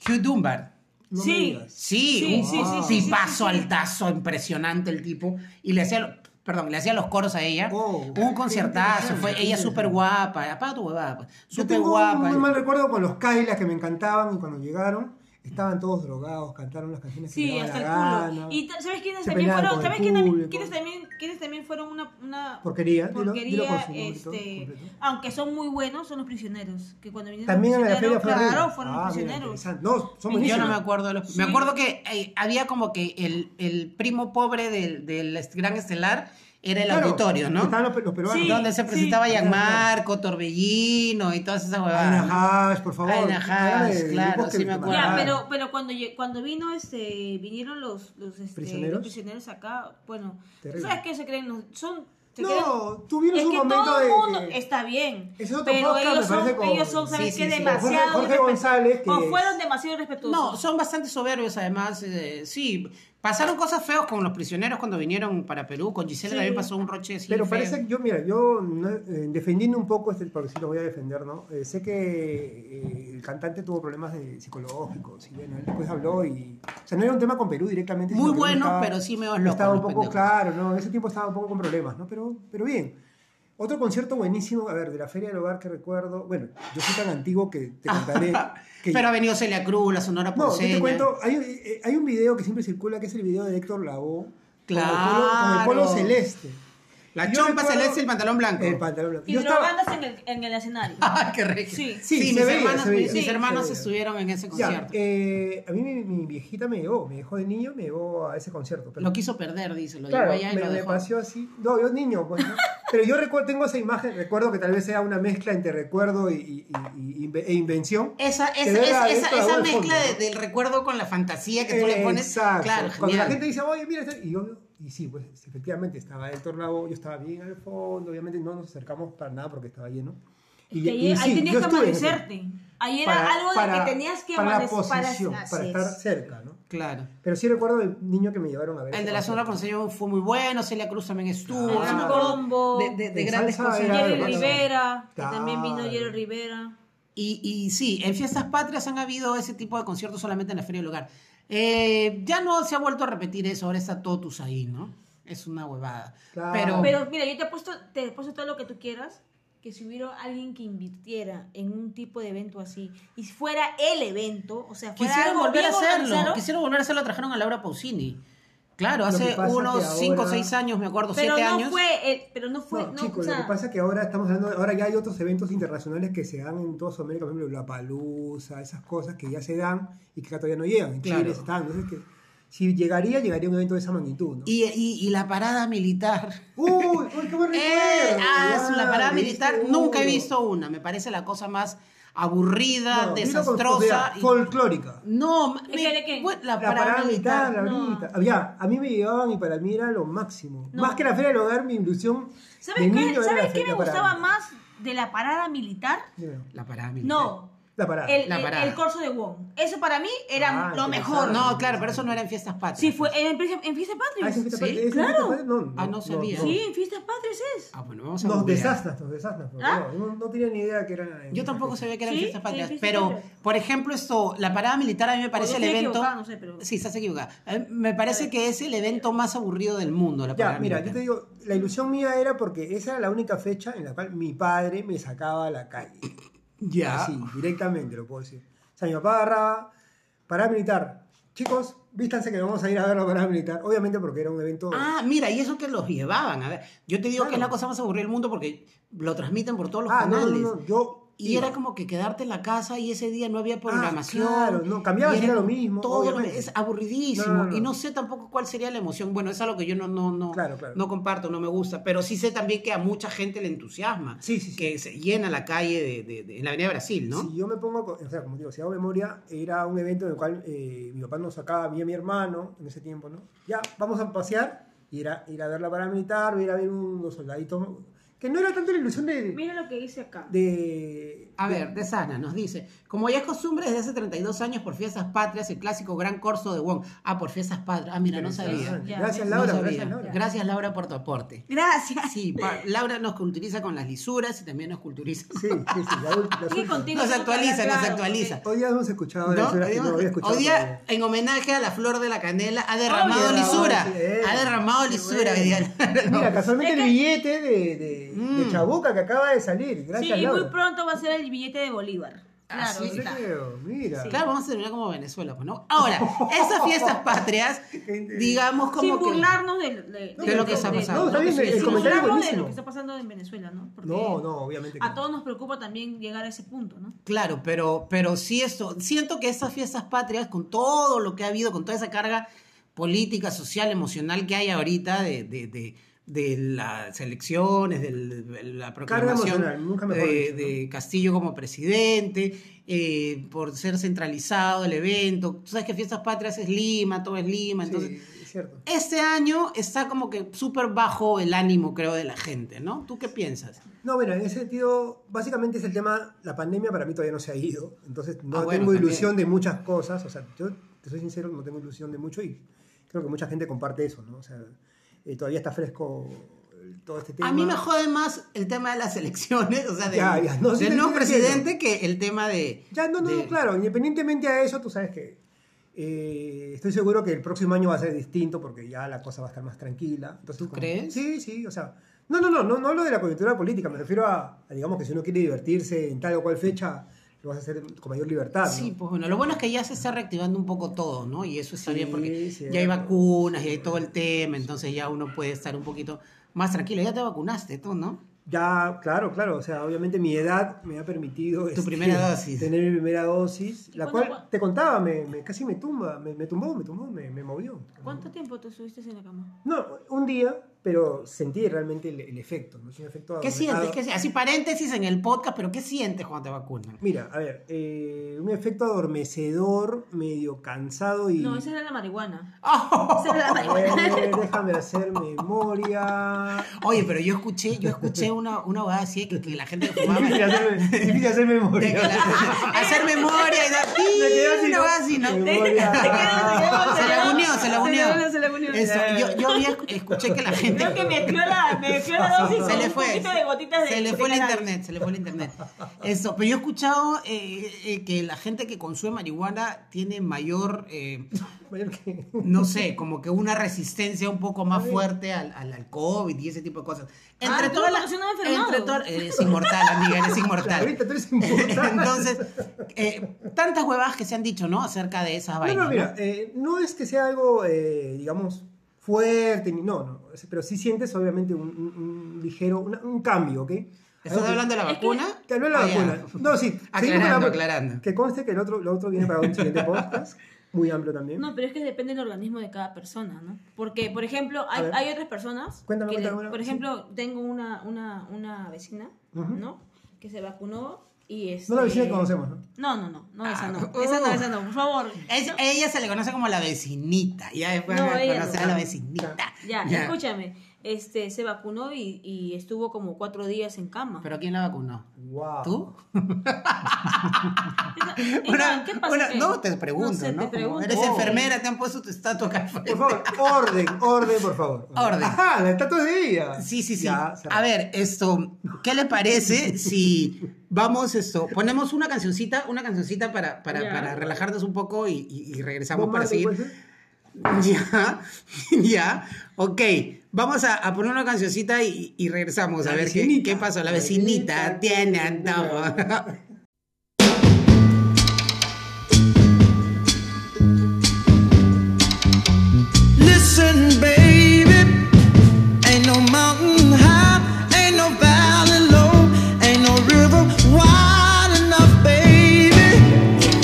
A: Hugh Dunbar.
B: No me
C: sí,
B: digas.
A: Sí,
C: Sí,
A: un
C: sí, sí, sí, sí,
A: tipazo
C: sí, sí.
A: altazo, impresionante el tipo. Y le hacía, lo- perdón, le hacía los coros a ella.
B: Oh,
A: un
B: qué
A: conciertazo,
B: interesante,
A: fue
B: qué
A: ella
B: interesante.
A: súper guapa. Apaga tu huevada, pues.
B: Yo
A: súper
B: tengo
A: guapa.
B: un muy mal recuerdo con los Kailas que me encantaban y cuando llegaron estaban todos drogados, cantaron las canciones que
C: Sí,
B: les daba
C: hasta el
B: la
C: culo.
B: gana.
C: Y ta- ¿sabes quiénes
B: Se
C: también
B: peleaban
C: fueron?
B: con
C: ¿Sabes
B: el
C: quiénes también,
B: público.
C: quiénes también, quiénes también fueron una, una
B: Porquería, dilo, dilo con
C: porquería,
B: su nombre y todo,
C: este,
B: completo.
C: aunque son muy buenos, son los prisioneros, que cuando vinieron
B: También en
C: los
B: la feria
C: prisioneros,
B: fue
C: claro,
B: horrible.
C: fueron
B: Ah,
C: los
B: mira,
C: prisioneros.
B: interesante. No, son
A: Yo no
B: buenísimos.
A: me acuerdo de los.
C: Sí.
A: Me acuerdo que eh, había como que el, el primo pobre del, del est- gran estelar era el
B: Claro,
A: auditorio, ¿no?
B: Estaban los, pe- los peruanos.
C: Sí.
A: Donde se presentaba Gianmarco, Torbellino y todas esas huevadas. ¿no?
B: Aina Hash, por favor.
A: Aina Hash,
B: Háblame de
A: claro,
B: grupos
A: sí
B: que
A: me
B: te
A: acuerdo.
C: Ya,
B: marcaron.
C: pero, pero cuando, lle- cuando vino este, vinieron los, los, este,
B: ¿Prisioneros?
C: los prisioneros acá, bueno,
B: Terrible.
C: ¿tú ¿sabes qué se creen? Los- Son, se
B: No,
C: creen-
B: tuvieron
C: es
B: un
C: que
B: momento
C: todo el mundo
B: de. que-
C: está bien,
B: Ese es otro
C: pero
B: podcast,
C: ellos
B: me
C: son,
B: parece, con-
C: ellos son,
A: Sí,
C: ¿sabes
A: sí,
C: qué?
A: sí. Jorge-
C: demasiado
B: Jorge
C: irrespe-
B: González, que
C: o
B: es-
C: fueron demasiado irrespetuosos.
A: No, son bastante soberbios además. eh, sí, pasaron cosas feas con los prisioneros cuando vinieron para Perú. Con Gisela
C: Sí.
A: también pasó un roche así
B: Pero
A: feo.
B: parece que yo, mira, yo no- eh, defendiendo un poco este, porque sí lo voy a defender, ¿no? Eh, sé que eh, el cantante tuvo problemas de- psicológicos y bueno, él después habló y. O sea, no era un tema con Perú directamente.
A: Muy
B: sino que
A: bueno,
B: estaba-
A: pero sí me loco.
B: Estaba un
A: los
B: poco,
A: pendejos.
B: claro, ¿no? En ese tiempo estaba un poco con problemas, ¿no? Pero, pero bien. Otro concierto buenísimo, a ver, de la Feria del Hogar que recuerdo. Bueno, yo soy tan antiguo que te contaré. que
A: Pero ha venido Celia Cruz, la Sonora
B: no, yo
A: Ponceña.
B: te cuento, hay, eh, hay un video que siempre circula que es el video de Héctor Lavoe con,
A: Claro.
B: el polo, con el polo celeste.
A: La
B: Yo
A: chompa
B: recuerdo-
A: celeste y el pantalón blanco.
B: El pantalón blanco.
C: Y
B: Yo estaba-
C: drogándose en el, en el escenario.
A: Ah, qué rico.
C: Sí.
B: Sí, se
A: mis
B: veía,
A: hermanos,
B: se veía.
A: mis
B: Sí,
A: hermanos
B: se veía.
A: estuvieron en ese
B: Ya,
A: concierto.
B: eh, a mí mi, mi viejita me llevó, me dejó de niño, me llevó a ese concierto. pero-
A: lo quiso perder, dice, lo
B: Claro,
A: llevó allá y
B: me,
A: lo
B: me
A: dejó.
B: paseó así. No, yo niño, pues, ¿no? Pero yo recuerdo, tengo esa imagen, recuerdo que tal vez sea una mezcla entre recuerdo y, y- y- y- e invención.
A: Esa, esa,
B: ve
A: esa,
B: la-
A: esa,
B: esto la
A: esa
B: voz de
A: mezcla
B: fondo,
A: de-
B: ¿no?
A: del recuerdo con la fantasía que tú le pones.
B: Exacto.
A: Claro,
B: Cuando la
A: genial.
B: gente dice, oye, mira, este-", y yo, y sí, pues efectivamente estaba el tornado, yo estaba bien al fondo, obviamente no nos acercamos para nada porque estaba lleno.
C: Y,
B: ya-
C: ahí, ahí
B: sí,
C: tenías
B: yo
C: que
B: estuve en ese-
C: amanecerte. Ahí era
B: para-
C: algo de
B: para-
C: que tenías que
B: para la
C: amanecer.
B: posición, para,
C: así
B: estar
C: es.
B: cerca, ¿no?
A: Claro.
B: Pero sí recuerdo el niño que me llevaron a ver.
A: El
B: ese
A: de la zona
B: concierto.
A: consejo fue muy bueno, Celia Cruz también estuvo.
B: Ah,
A: yo me acuerdo
C: Combo.
A: de, de- de
B: En
A: grandes
B: salsa
A: cosas.
B: era-
C: Jerry
B: Claro.
C: Rivera, que
B: Claro.
C: también vino Jerry Rivera.
A: Y, y sí, en fiestas patrias han habido ese tipo de conciertos solamente en la Feria del Hogar. Eh, ya no se ha vuelto a repetir eso, ahora está Totus ahí, ¿no? Es una huevada.
B: Claro.
A: Pero,
C: Pero mira, yo te apuesto, te apuesto todo lo que tú quieras, que si hubiera alguien que invirtiera en un tipo de evento así, y fuera el evento, o sea, fuera
A: quisieron
C: algo
A: volver a
C: bien
A: hacerlo.
C: organizado,
A: Quisieron volver a hacerlo, trajeron a Laura Pausini. Claro,
B: Lo que
A: hace
B: pasa es
A: unos
B: que
A: 5 o
B: ahora-
A: 6 años, me acuerdo, 7
C: pero no
A: años.
C: fue, eh, pero no fue,
B: No,
C: no,
B: chicos,
C: o sea,
B: lo que pasa es que ahora estamos hablando, ahora ya hay otros eventos internacionales que se dan en toda Sudamérica, por ejemplo, la palusa, esas cosas que ya se dan y que acá todavía no llegan. En Chile
A: Claro.
B: se están, entonces que si llegaría, llegaría un evento de esa magnitud, ¿no?
A: Y, y- y la parada militar.
B: ¡Uy! uy, ¡Qué buen recuerdo!
A: Eh, ah,
B: Ya,
A: la parada
B: ¿viste?
A: militar
B: Uy.
A: nunca he visto una. Me parece la cosa más aburrida,
B: No, mira con
A: desastrosa.
B: profundidad,
A: y-
B: folclórica.
A: No,
C: ¿De
A: me-
C: qué, de qué?
A: bueno, la,
B: La
A: parada, militar.
B: la
C: no.
B: brita. Ya, a mí me llevaban y para mí era lo máximo.
C: No.
B: Más que la feria del hogar, mi ilusión
C: ¿sabes
B: de
C: qué,
B: niño era
C: ¿sabes
B: la
C: qué
B: fe-
C: me
B: la parada.
C: gustaba más de la parada militar?
B: Dime.
A: La parada militar.
C: No,
B: La parada.
C: el,
A: La
C: el-
A: parada.
C: el corso de Wong. Eso para mí era
B: Ah,
C: lo
B: interesante.
C: mejor.
A: No, claro, pero eso no era en fiestas patrias.
C: Sí, fue en, Fiesta- en Fiestas
B: Ah, ¿es en
C: Patrias.
B: fiesta
A: Sí,
B: patria? ¿Es en
C: claro.
B: fiesta patria? No, no,
A: Ah, no sabía.
C: Sí, en Fiestas Patrias es.
A: Ah, bueno, vamos a
B: Nos
A: googlear.
B: desasnas, nos desasnas. porque
C: ¿Ah?
B: No, no- no tenía ni idea que era.
A: Yo tampoco sabía que eran
C: Sí,
A: fiestas
C: sí,
A: patrias,
C: fiestas
A: pero
C: patrias.
A: por ejemplo esto, la parada militar a mí me parece
C: O
A: el
C: yo estoy
A: evento.
C: equivocada, no sé, pero-
A: Sí, estás equivocada. Eh, Me parece que es el evento más aburrido del mundo. La
B: Ya,
A: parada
B: mira, yo
A: militar.
B: te digo, la ilusión mía era porque esa era la única fecha en la cual mi padre me sacaba a la calle.
A: Ya.
B: Así, directamente lo puedo decir. O sea, mi papá agarraba parada militar. Chicos, vístanse que vamos a ir a ver la parada militar. Obviamente porque era un evento.
A: Ah, mira, y eso que los llevaban. A ver, yo te digo que es la
B: Claro.
A: cosa más aburrida del mundo porque lo transmiten por todos los
B: Ah, no, no,
A: canales.
B: no, no, Yo.
A: Y
B: iba.
A: era como que quedarte en la casa y ese día no había programación.
B: claro, no, cambiabas
A: Y
B: y era lo mismo,
A: Todo lo-
B: obviamente.
A: es aburridísimo.
B: No, no, no.
A: Y no sé tampoco cuál sería la emoción. Bueno, es algo que yo no, no, no,
B: Claro, claro.
A: no comparto, no me gusta. Pero sí sé también que a mucha gente le entusiasma.
B: Sí, sí, sí.
A: Que se llena la calle de, de- de- en la Avenida Brasil, ¿no?
B: Si yo me pongo, co- o sea, como digo, si hago memoria, era un evento en el cual eh, mi papá nos sacaba, a mí y a mi hermano, en ese tiempo, ¿no? Ya, vamos a pasear, y era ir a ver la paramilitar, ir a ver unos soldaditos, que no era tanto la ilusión de...
C: Mira lo que dice acá.
B: de
A: A ver, de Sana nos dice, como ya es costumbre desde hace 32 años por Fiestas Patrias, el clásico Gran Corso de Wong. Ah, por Fiestas Patrias. Ah, mira, no sabía.
B: Interesante.
C: Ya,
B: Gracias,
C: ves,
A: No
B: Laura,
A: sabía.
B: gracias, Laura.
A: Gracias, Laura, por tu aporte.
C: Gracias.
A: Sí, pa- Laura nos culturiza con las lisuras y también nos culturiza.
B: Sí, sí, sí, la, ul- la
C: Sí,
B: última.
C: contigo
A: Nos
C: tengo que
A: actualiza,
C: hablar,
A: nos
C: claro,
A: actualiza.
C: porque-
B: Hoy día hemos escuchado
A: ¿No?
B: la lisuras que no había escuchado.
A: Hoy día,
B: todavía.
A: en homenaje a la flor de la canela, ha derramado
C: Obvio.
A: lisura.
B: Sí, eh.
A: Ha derramado
B: Qué
A: lisura hoy día.
B: Mira, casualmente
C: Es
B: el
C: que-
B: billete de, de, de
A: Mm.
B: Chabuca que acaba de salir. Gracias,
C: Sí, y
B: Laura.
C: muy pronto va a ser el billete de Bolívar. Claro,
A: Así
C: está.
B: Creo, mira.
A: Claro, vamos a terminar como Venezuela, pues, ¿no? Ahora, esas fiestas patrias, digamos como
C: Sin
A: que...
C: burlarnos de, de-
B: No,
A: de lo que
C: de-
A: está
C: de-
A: pasando.
B: no, está bien,
A: Sí,
B: el
A: sí,
C: sin
A: sí.
B: comentario es
C: burlarnos de
B: buenísimo.
C: lo que está pasando en Venezuela, ¿no? Porque
B: No, no, obviamente que
C: A
B: no.
C: todos nos preocupa también llegar a ese punto, ¿no?
A: Claro, pero, pero sí esto, siento que estas fiestas patrias, con todo lo que ha habido, con toda esa carga política, social, emocional que hay ahorita de, de, de- de las elecciones, del- de la proclamación
B: emocional, nunca mejor
A: de,
B: dicho, ¿no?
A: de Castillo como presidente, eh, por ser centralizado el evento. Tú sabes que fiestas patrias es Lima, todo es Lima, entonces...
B: Sí, es cierto.
A: Este año está como que súper bajo el ánimo, creo, de la gente, ¿no? ¿Tú qué piensas?
B: No, bueno, en ese sentido, básicamente es el tema, la pandemia para mí todavía no se ha ido, entonces no
A: Ah, bueno,
B: tengo
A: también.
B: ilusión de muchas cosas, o sea, yo te soy sincero, no tengo ilusión de mucho y creo que mucha gente comparte eso, ¿no? O sea, eh, todavía está fresco eh, todo este tema.
A: A mí me jode más el tema de las elecciones, o sea, del,
B: Ya, ya, no, sí
A: del
B: te
A: nuevo
B: estoy diciendo.
A: presidente, que el tema de...
B: Ya, no, no,
A: de-
B: no, claro, independientemente a eso, tú sabes que eh, estoy seguro que el próximo año va a ser distinto porque ya la cosa va a estar más tranquila. Entonces,
A: ¿Tú crees?
B: Sí, sí, o sea, no, no, no, no, no hablo de la coyuntura política, me refiero a, a, digamos, que si uno quiere divertirse en tal o cual fecha, lo vas a hacer con mayor libertad. ¿no?
A: Sí, pues bueno, lo bueno es que ya se está reactivando un poco todo, ¿no? Y eso está
B: Sí,
A: bien porque
B: cierto.
A: ya hay vacunas y hay todo el tema, entonces ya uno puede estar un poquito más tranquilo. Ya te vacunaste tú, ¿no?
B: Ya, claro, claro, o sea, obviamente mi edad me ha permitido... este,
A: primera dosis.
B: Tener mi primera dosis,
C: ¿Y
B: la
C: cuándo
B: cual,
C: fue?
B: te contaba, me, me- casi me tumba, me, me tumbó, me tumbó, me, me movió.
C: ¿Cuánto tiempo tú estuviste en la cama?
B: No, un día, pero sentí realmente el, el efecto. ¿no? Es un efecto
A: ¿Qué
B: adormecado.
A: sientes? ¿Qué si- Así paréntesis en el podcast, pero ¿qué sientes cuando te vacunan?
B: Mira, a ver, eh, un efecto adormecedor, medio cansado y.
C: No, esa era la marihuana.
A: ¡Oh!
C: Esa era la
B: A
C: marihuana.
B: ver, déjame hacer memoria.
A: Oye, pero yo escuché, yo escuché una, una huevada así de que, que la gente que fumaba...
B: Difícil hacer, difícil hacer
A: de que
B: memoria.
A: la- hacer memoria y dar...
B: Me quedé así,
A: Una
B: ¿no?
A: huevada así, ¿no?
B: Memoria.
A: Se la unió, se la unió.
C: unió, se la unió.
A: Eso, yo, yo había escu- escuché que la gente.
C: Creo que mezcló la, mezcló la dosis
A: Se
C: con
A: le
C: un
A: fue.
C: poquito de gotitas de
A: se le
C: de
A: fue el
C: cannabis.
A: internet, se le fue el internet. Eso, pero yo he escuchado eh, eh, que la gente que consume marihuana tiene mayor, eh,
B: Mayor que-
A: no sé, como que una resistencia un poco más fuerte al, al, al COVID y ese tipo de cosas. Entre
C: Ah, ¿tú
A: todas
C: no
A: las.
C: conoces a un enfermado?
A: Entre todas. Eres inmortal, amiga, eres inmortal.
B: Ahorita tú eres importante.
A: Entonces, eh, tantas huevadas que se han dicho, ¿no? Acerca de esas
B: No,
A: vainas.
B: no, mira, eh, no es que sea algo, eh, digamos, fuerte, ni- no, no, es- pero sí sientes obviamente un, un- un ligero, una- un cambio, ¿ok? Algo
A: ¿Estás
B: que-
A: hablando de la
C: Es que-
A: vacuna?
B: Te habló la
A: Ah, ya.
B: vacuna. No, sí. seguimos con la
A: Aclarando,
B: vacuna.
A: aclarando.
B: Que conste que el otro, lo otro viene para un siguiente podcast, muy amplio también.
C: No, pero es que depende del organismo de cada persona, ¿no? Porque, por ejemplo,
B: A
C: hay,
B: ver.
C: hay otras personas.
B: Cuéntame,
C: que le-
B: cuéntame,
C: por
B: sí.
C: ejemplo, tengo una, una, una vecina,
B: Ujú.
C: ¿no? Que se vacunó y es.
B: No la vecina que conocemos, ¿no?
C: No, no, no, no, esa no.
A: Ah,
C: Esa no,
A: uh.
C: esa no, por favor.
A: Es- ella se le conoce como la vecinita. Ya después
C: No,
A: me
C: ella
A: conoce
C: no.
A: a la vecinita.
C: Ya, escúchame. este, se vacunó y, y estuvo como cuatro días en cama.
A: ¿Pero quién la vacunó?
B: Wow.
A: ¿Tú?
C: Eh, no,
D: Una-
C: ¿qué pasa?
D: una-
C: ¿Qué?
D: no, te pregunto,
C: No sé,
D: ¿no?
C: te pregunto.
A: Eres
B: Oh.
A: enfermera, te han puesto tu estatua acá. al frente.
B: Por favor, orden, orden, por favor.
A: Orden.
B: Ajá, la estatua de ella.
A: Sí, sí, sí.
B: Ya, cerrado.
A: A ver, esto, ¿qué le parece si vamos esto? Ponemos una cancioncita, una cancioncita para, para,
C: Ya.
A: para relajarnos un poco y, y- y regresamos
B: ¿Vos,
A: para
B: Marco,
A: seguir.
B: puede ser?
A: Ya, ya. Ok, vamos a, a poner una cancioncita y, y regresamos a
B: La
A: ver qué,
B: vecinita.
A: qué pasó. La
B: La
A: vecinita
B: vecinita
A: tiene
B: tiene
A: antojo.
E: Listen, baby. Ain't no mountain high, ain't no valley low, ain't no river wide enough, baby.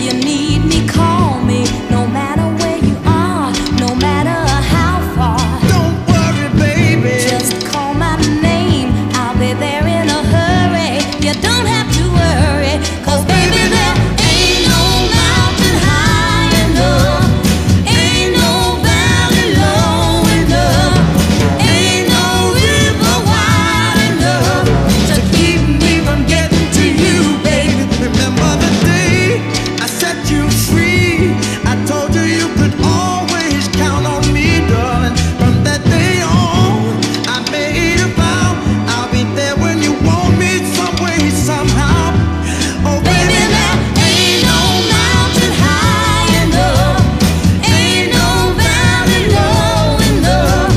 F: You need me, call me, no matter where you are, no matter how far.
E: Don't worry, baby.
F: Just call my name, I'll be there in a hurry. You don't have to worry, 'cause baby, there ain't no mountain high enough, ain't no valley low enough, ain't no river wide enough to keep me from getting to you, baby.
E: Remember the day I set you free. I told you you could always count on me, darling. From that day on, I made a vow. I'll be there when you want me, some way, somehow. Oh,
F: Baby, there ain't no mountain high enough, ain't no valley low enough,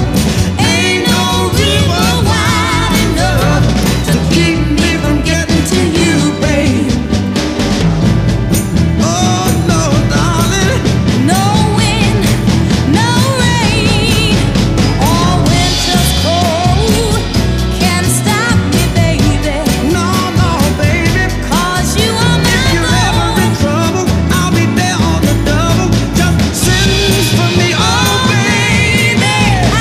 F: ain't no river wide enough to keep me from getting to you, babe.
E: Oh no, darling.
F: No wind, no rain, or winter's cold can stop me, baby.
E: No, no, baby.
F: 'Cause you are
E: If you're ever
F: my
E: in trouble, I'll be there on the double. Just send for me, oh baby. Uh,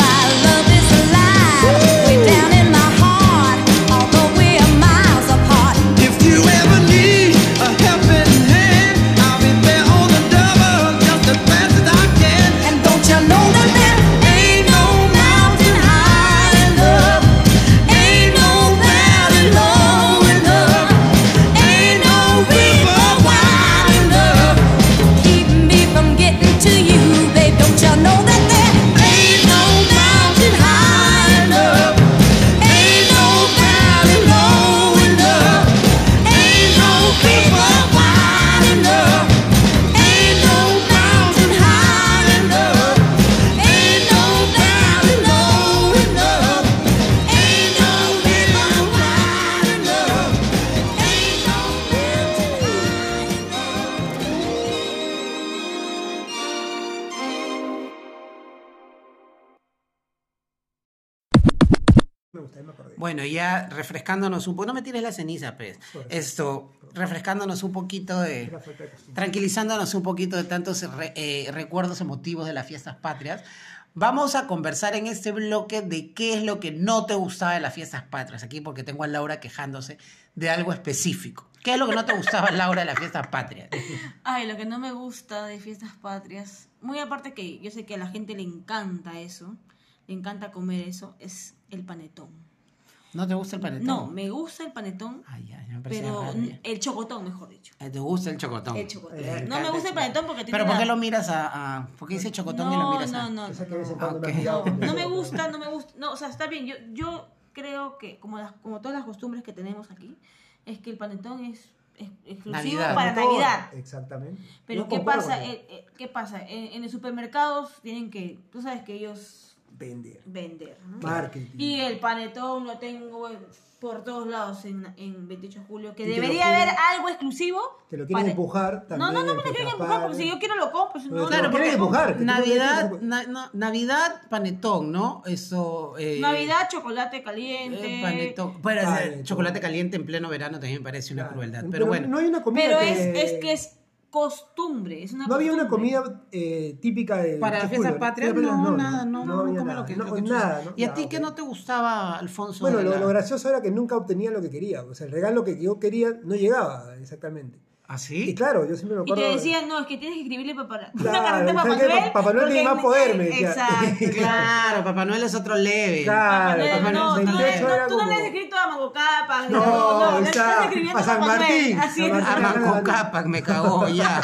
F: My love is alive, way down in my heart, although we are miles apart.
E: If you ever need a helping hand, I'll be there on the double, just as fast as I can.
F: And don't you know that there ain't no mountain high enough, ain't no valley low enough, ain't no river wide enough to keep me from getting to you, babe. Don't you know that there ain't no mountain high enough, ain't no valley low enough, ain't no river wide enough. Ain't no mountain high enough, ain't no valley low enough, ain't no river wide enough, ain't no mountain high enough.
B: Me gusta, me acordé.
A: Bueno, ya refrescándonos un poco. No me tires la ceniza, pues. Esto, refrescándonos un poquito de.
B: Era falta de costumbre.
A: tranquilizándonos un poquito de tantos re- eh, recuerdos emotivos de las fiestas patrias, vamos a conversar en este bloque de qué es lo que no te gustaba de las fiestas patrias. Aquí porque tengo a Laura quejándose de algo específico. ¿Qué es lo que no te gustaba, Laura, de las fiestas patrias?
C: Ay, lo que no me gusta de fiestas patrias, muy aparte que yo sé que a la gente le encanta eso, le encanta comer eso, es el panetón.
A: ¿No te gusta el panetón?
C: No, me gusta el panetón,
A: Ay, ya, ya me parecía
C: pero
A: rabia.
C: el chocotón, mejor dicho.
A: Eh, ¿Te gusta el chocotón?
C: El chocotón.
B: Eh,
C: No me gusta el panetón porque tiene
A: ¿Pero por qué
C: la-
A: lo miras a...? a- ¿Por qué dice chocotón y lo
C: no,
A: miras a...?
C: no, no,
B: Esa que
C: no.
B: de vez en cuando me
A: Ok.
B: ha pillado
C: No,
B: con
C: no me
B: eso.
C: gusta, no me gusta. No, o sea, está bien. Yo, yo creo que, como, las, como todas las costumbres que tenemos aquí, es que el panetón es, es exclusivo
A: Navidad.
C: para
B: Todo.
C: Navidad.
B: Exactamente.
C: Pero
B: No
C: ¿qué,
B: concuerdo
C: pasa?
B: con él.
C: Eh, eh, ¿qué pasa? En, en los supermercados tienen que. Tú sabes que ellos
B: Vender.
C: vender. ¿no?
B: Marketing.
C: Y el panetón lo tengo en- por todos lados en, en 28 de julio. Que
B: Y te lo
C: debería
B: quieren-
C: haber algo exclusivo.
B: te lo quieren
C: para-
B: empujar también. pues,
C: No, no, no me
B: en
C: lo quieren
B: fiestas
C: empujar porque
B: patrias.
C: si yo quiero lo compro. si
B: No,
C: no,
B: te lo
C: no,
A: porque
B: quieren empujar. que tú no
A: Navidad,
B: quieres-
A: na- no, Navidad, panetón, ¿no? Eso... eh,
C: Navidad, chocolate caliente.
A: Eh, panetón. Pero ese
B: Panetón.
A: chocolate caliente en pleno verano también me parece una
B: Claro.
A: crueldad. Pero, bueno,
B: No hay una comida
C: Pero
B: que-
C: es, es que es costumbre. Es una
B: No había una
C: costumbre.
B: comida eh, típica de.
A: para las
B: Chasculo,
A: fiestas
B: ¿no?
A: patrias,
B: Fiestas
A: no,
B: patrias,
A: nada, no, no,
B: había
A: come
B: nada,
A: lo que,
B: no,
A: lo que
B: nada,
A: tú-
B: ¿no?
A: ¿Y a
B: Ya,
A: ti qué
B: ok.
A: no te gustaba, Alfonso?
B: Bueno,
A: de
B: lo,
A: la-
B: lo gracioso era que nunca obtenía lo que quería. O sea, el regalo que yo quería no llegaba exactamente.
A: ¿Ah,
B: Y
A: sí?
B: claro, yo siempre me
C: Y
B: acuerdo.
C: te decían, no, es que tienes que escribirle papá, una
B: Claro,
C: carta a Papá
B: ¿sabes qué?
C: Noel.
B: Pa- Papá Noel
C: porque
B: tiene más
C: él-
B: poder, me decía.
C: Exacto, claro.
A: Claro, Papá Noel es otro leve.
B: Claro,
C: Papá Noel, no, tú no, le-
B: 68 era
C: no, tú no le has
B: como-
C: escrito a Mango Capas,
B: No,
C: no, no, le
B: está-
C: estás escribiendo
B: a San
C: Papá Noel,
B: Martín,
C: Así
B: a
C: es.
B: Martín.
A: A Maco Cápac me cagó ya.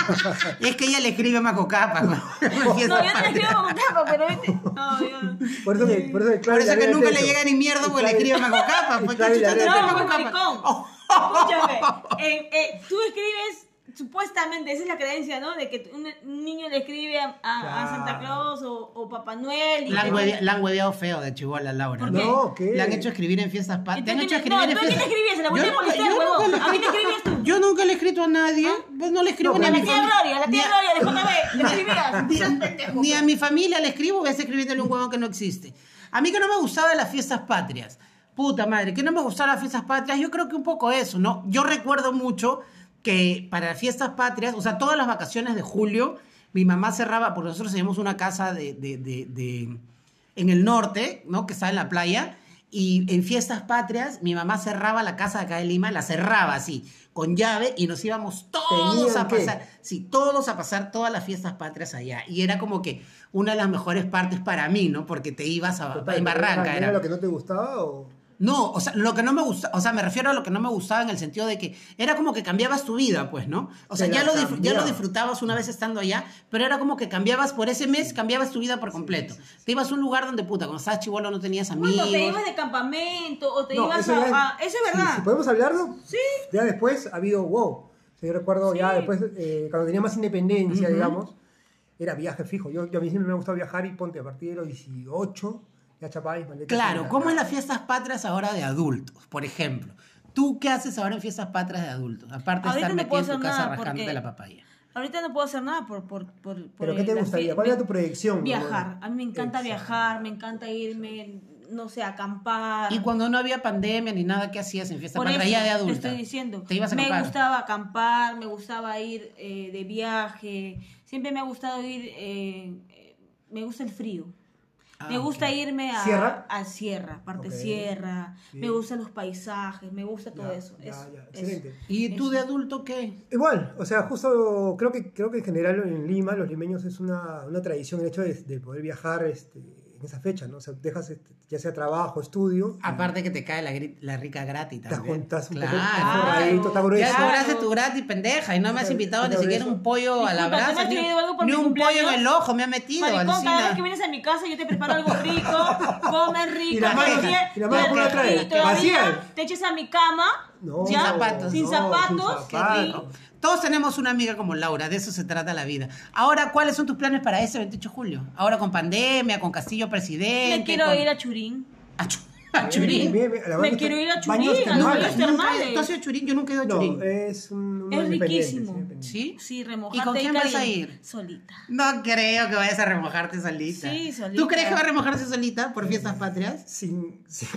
A: Es que ella le escribe a Maco Cápac.
C: No, yo no le escribo a Mango Capas, pero este. No, yo.
B: Por eso que, por eso que,
A: Por
B: Claudia
A: eso que
B: Larrea
A: nunca le
B: Techo.
A: llega ni mierda porque le
B: Claudia-
A: escribe a Maco Cápac. ¿Por qué
B: Claudia
A: chucha te
B: Larrea
A: escribe
C: No,
A: Maco
C: pues
A: Cápac?
C: maricón.
A: Oh.
C: Escúchame. eh, eh, tú escribes, supuestamente, esa es la creencia, ¿no? De que un, un niño le escribe a, a- a Santa Claus o, o Papá Noel. Y
A: La han
C: que-
A: hueve- la han hueveado feo de Chibola, Laura.
C: ¿Por
A: ¿no?
C: qué?
B: No, ¿qué?
A: La han hecho escribir en fiestas
C: Y
A: patrias.
C: tú
A: Te han
C: que
A: hecho
C: te-
A: escribir
C: no,
A: en
C: ¿tú a quién
A: fiestas
C: te escribías? A la
A: Yo
C: botella
A: nunca-
C: de
A: yo
C: policía,
A: nunca
C: huevón.
A: le
C: A mí te
A: escribo-
C: escribías tú.
A: Yo nunca le he escrito a nadie.
C: Ah.
A: Pues no le escribo
B: No,
A: ni a
C: A
A: mi
C: la tía
A: familia.
C: Gloria, a la
A: Ni
C: tía
A: a-
C: Gloria, déjame ver. Le escribías. Sos pendejo.
A: Ni a mi familia le escribo, voy a escribirle un huevón que no existe. A mí que no me gustaba de las fiestas patrias. Puta madre, que no me gustaban las fiestas patrias. Yo creo que un poco eso, ¿no? Yo recuerdo mucho que para las fiestas patrias, o sea, todas las vacaciones de julio, mi mamá cerraba, porque nosotros teníamos una casa de, de- de- de- en el norte, ¿no? Que está en la playa. Y en fiestas patrias, mi mamá cerraba la casa de acá de Lima, la cerraba así, con llave, y nos íbamos todos
B: ¿Tenían
A: a
B: qué?
A: pasar. Sí, todos a pasar todas las fiestas patrias allá. Y era como que una de las mejores partes para mí, ¿no? Porque te ibas a,
B: Total,
A: en Barranca.
B: ¿Era lo que no te gustaba o...?
A: No, o sea, lo que no me gusta, o sea, me refiero a lo que no me gustaba en el sentido de que era como que cambiabas tu vida, pues, ¿no? O sea,
B: Te
A: ya
B: la
A: lo, disfr- ya lo
B: cambiaba.
A: disfrutabas una vez estando allá, pero era como que cambiabas por ese mes, cambiabas tu vida por completo. Te ibas a un lugar donde, puta, cuando estabas chivolo no tenías
C: Cuando
A: amigos.
C: te ibas de campamento o te
B: No,
C: ibas
B: eso
C: a,
B: ya-
C: a- Eso es
B: Si,
C: verdad.
B: si podemos hablarlo,
C: Sí.
B: ya después ha habido wow. O sea, yo recuerdo ya
C: Sí.
B: después, eh, cuando tenía más independencia, digamos, era viaje fijo. Yo, yo a mí siempre me ha gustado viajar y ponte a partir de los 18, ya chapáis, maletas.
A: Claro, ¿cómo es las fiestas patrias ahora de adultos, por ejemplo? ¿Tú qué haces ahora en fiestas patrias de adultos? Aparte de
C: Ahorita
A: estar
C: no
A: metido
C: puedo
A: en tu
C: hacer
A: casa
C: nada,
A: rascándote
C: porque-
A: la papaya.
C: Ahorita no puedo hacer nada por. por, por, por
B: ¿Pero qué te
C: la
B: gustaría?
C: fie-
B: ¿Cuál era tu proyección,
C: Viajar.
B: Ramona?
C: A mí me encanta
B: Exacto.
C: viajar, me encanta irme, no sé, a acampar.
A: Y cuando no había pandemia ni nada, ¿qué hacías en fiestas
C: Por
A: patrias
C: eso
A: ya de
C: te
A: adulta?
C: estoy diciendo.
A: Te ibas a
C: me
A: acampar.
C: gustaba acampar, me gustaba ir eh, de viaje. Siempre me ha gustado ir. eh, eh, me gusta el frío.
A: Ah,
C: me gusta
A: ok.
C: irme a
B: ¿Sierra?
C: a sierra, parte
B: Ok.
C: sierra. Me
B: Bien.
C: gustan los paisajes, me gusta todo
B: Ya,
C: eso.
B: ya,
C: eso,
B: ya,
C: eso.
B: excelente.
A: ¿Y tú de adulto qué?
B: Igual, o sea, justo creo que, creo que en general en Lima, los limeños es una, una tradición el hecho de, de poder viajar este, en esa fecha, ¿no? O sea, dejas este, ya sea trabajo, estudio.
A: Aparte que te cae la, gri- la rica gratis
B: Te
A: también.
B: juntas un poco
A: claro.
C: forradito,
B: está
C: por
B: grueso.
A: ya
C: Claro.
A: cobraste tu gratis, pendeja, y no me has
B: Está-
A: invitado
B: está
A: ni siquiera
B: grueso.
A: un pollo a la
C: Disculpa, ¿tú me
A: brasa,
C: has
A: ni,
C: traído algo por
A: ni
C: mi
A: un pollo
C: cumpleaños?
A: en el ojo me ha metido,
C: Maricón, cada vez que
A: alucina.
C: vienes a mi casa yo te preparo algo rico, comes rico,
B: Y la
A: mano,
C: todavía-
B: y la mano, ¿cómo la traes?
C: y todavía
B: Vacía.
C: te echas a mi cama,
B: No,
C: ¿ya?
A: Sin zapatos.
C: sin
B: no,
C: zapatos,
B: sin zapatos.
C: qué rico.
A: Todos tenemos una amiga como Laura, de eso se trata la vida. Ahora, ¿cuáles son tus planes para ese 28 de julio? Ahora con pandemia, con Castillo Presidente.
C: Me quiero
A: con-
C: ir a Churín.
A: a Chu- a Churín.
B: Bien, bien, la verdad
C: Me
B: que
C: quiero
B: está-
C: ir a
B: baños
C: Churín, a los
B: termales.
C: baños
A: nunca-
C: termales.
A: ¿Tú has ido a Churín? Yo nunca he ido a
B: No, eh,
A: Churín.
B: es un, un
C: Es
B: independiente,
C: riquísimo.
B: sí, independiente.
A: ¿Sí?
C: Sí,
A: ¿Y
C: remojate.
A: con quién vas a
C: caliente.
A: ir?
C: Solita.
A: No creo que vayas a remojarte solita.
C: Sí, solita.
A: ¿Tú crees que va a remojarse solita por fiestas patrias?
B: Sin, sin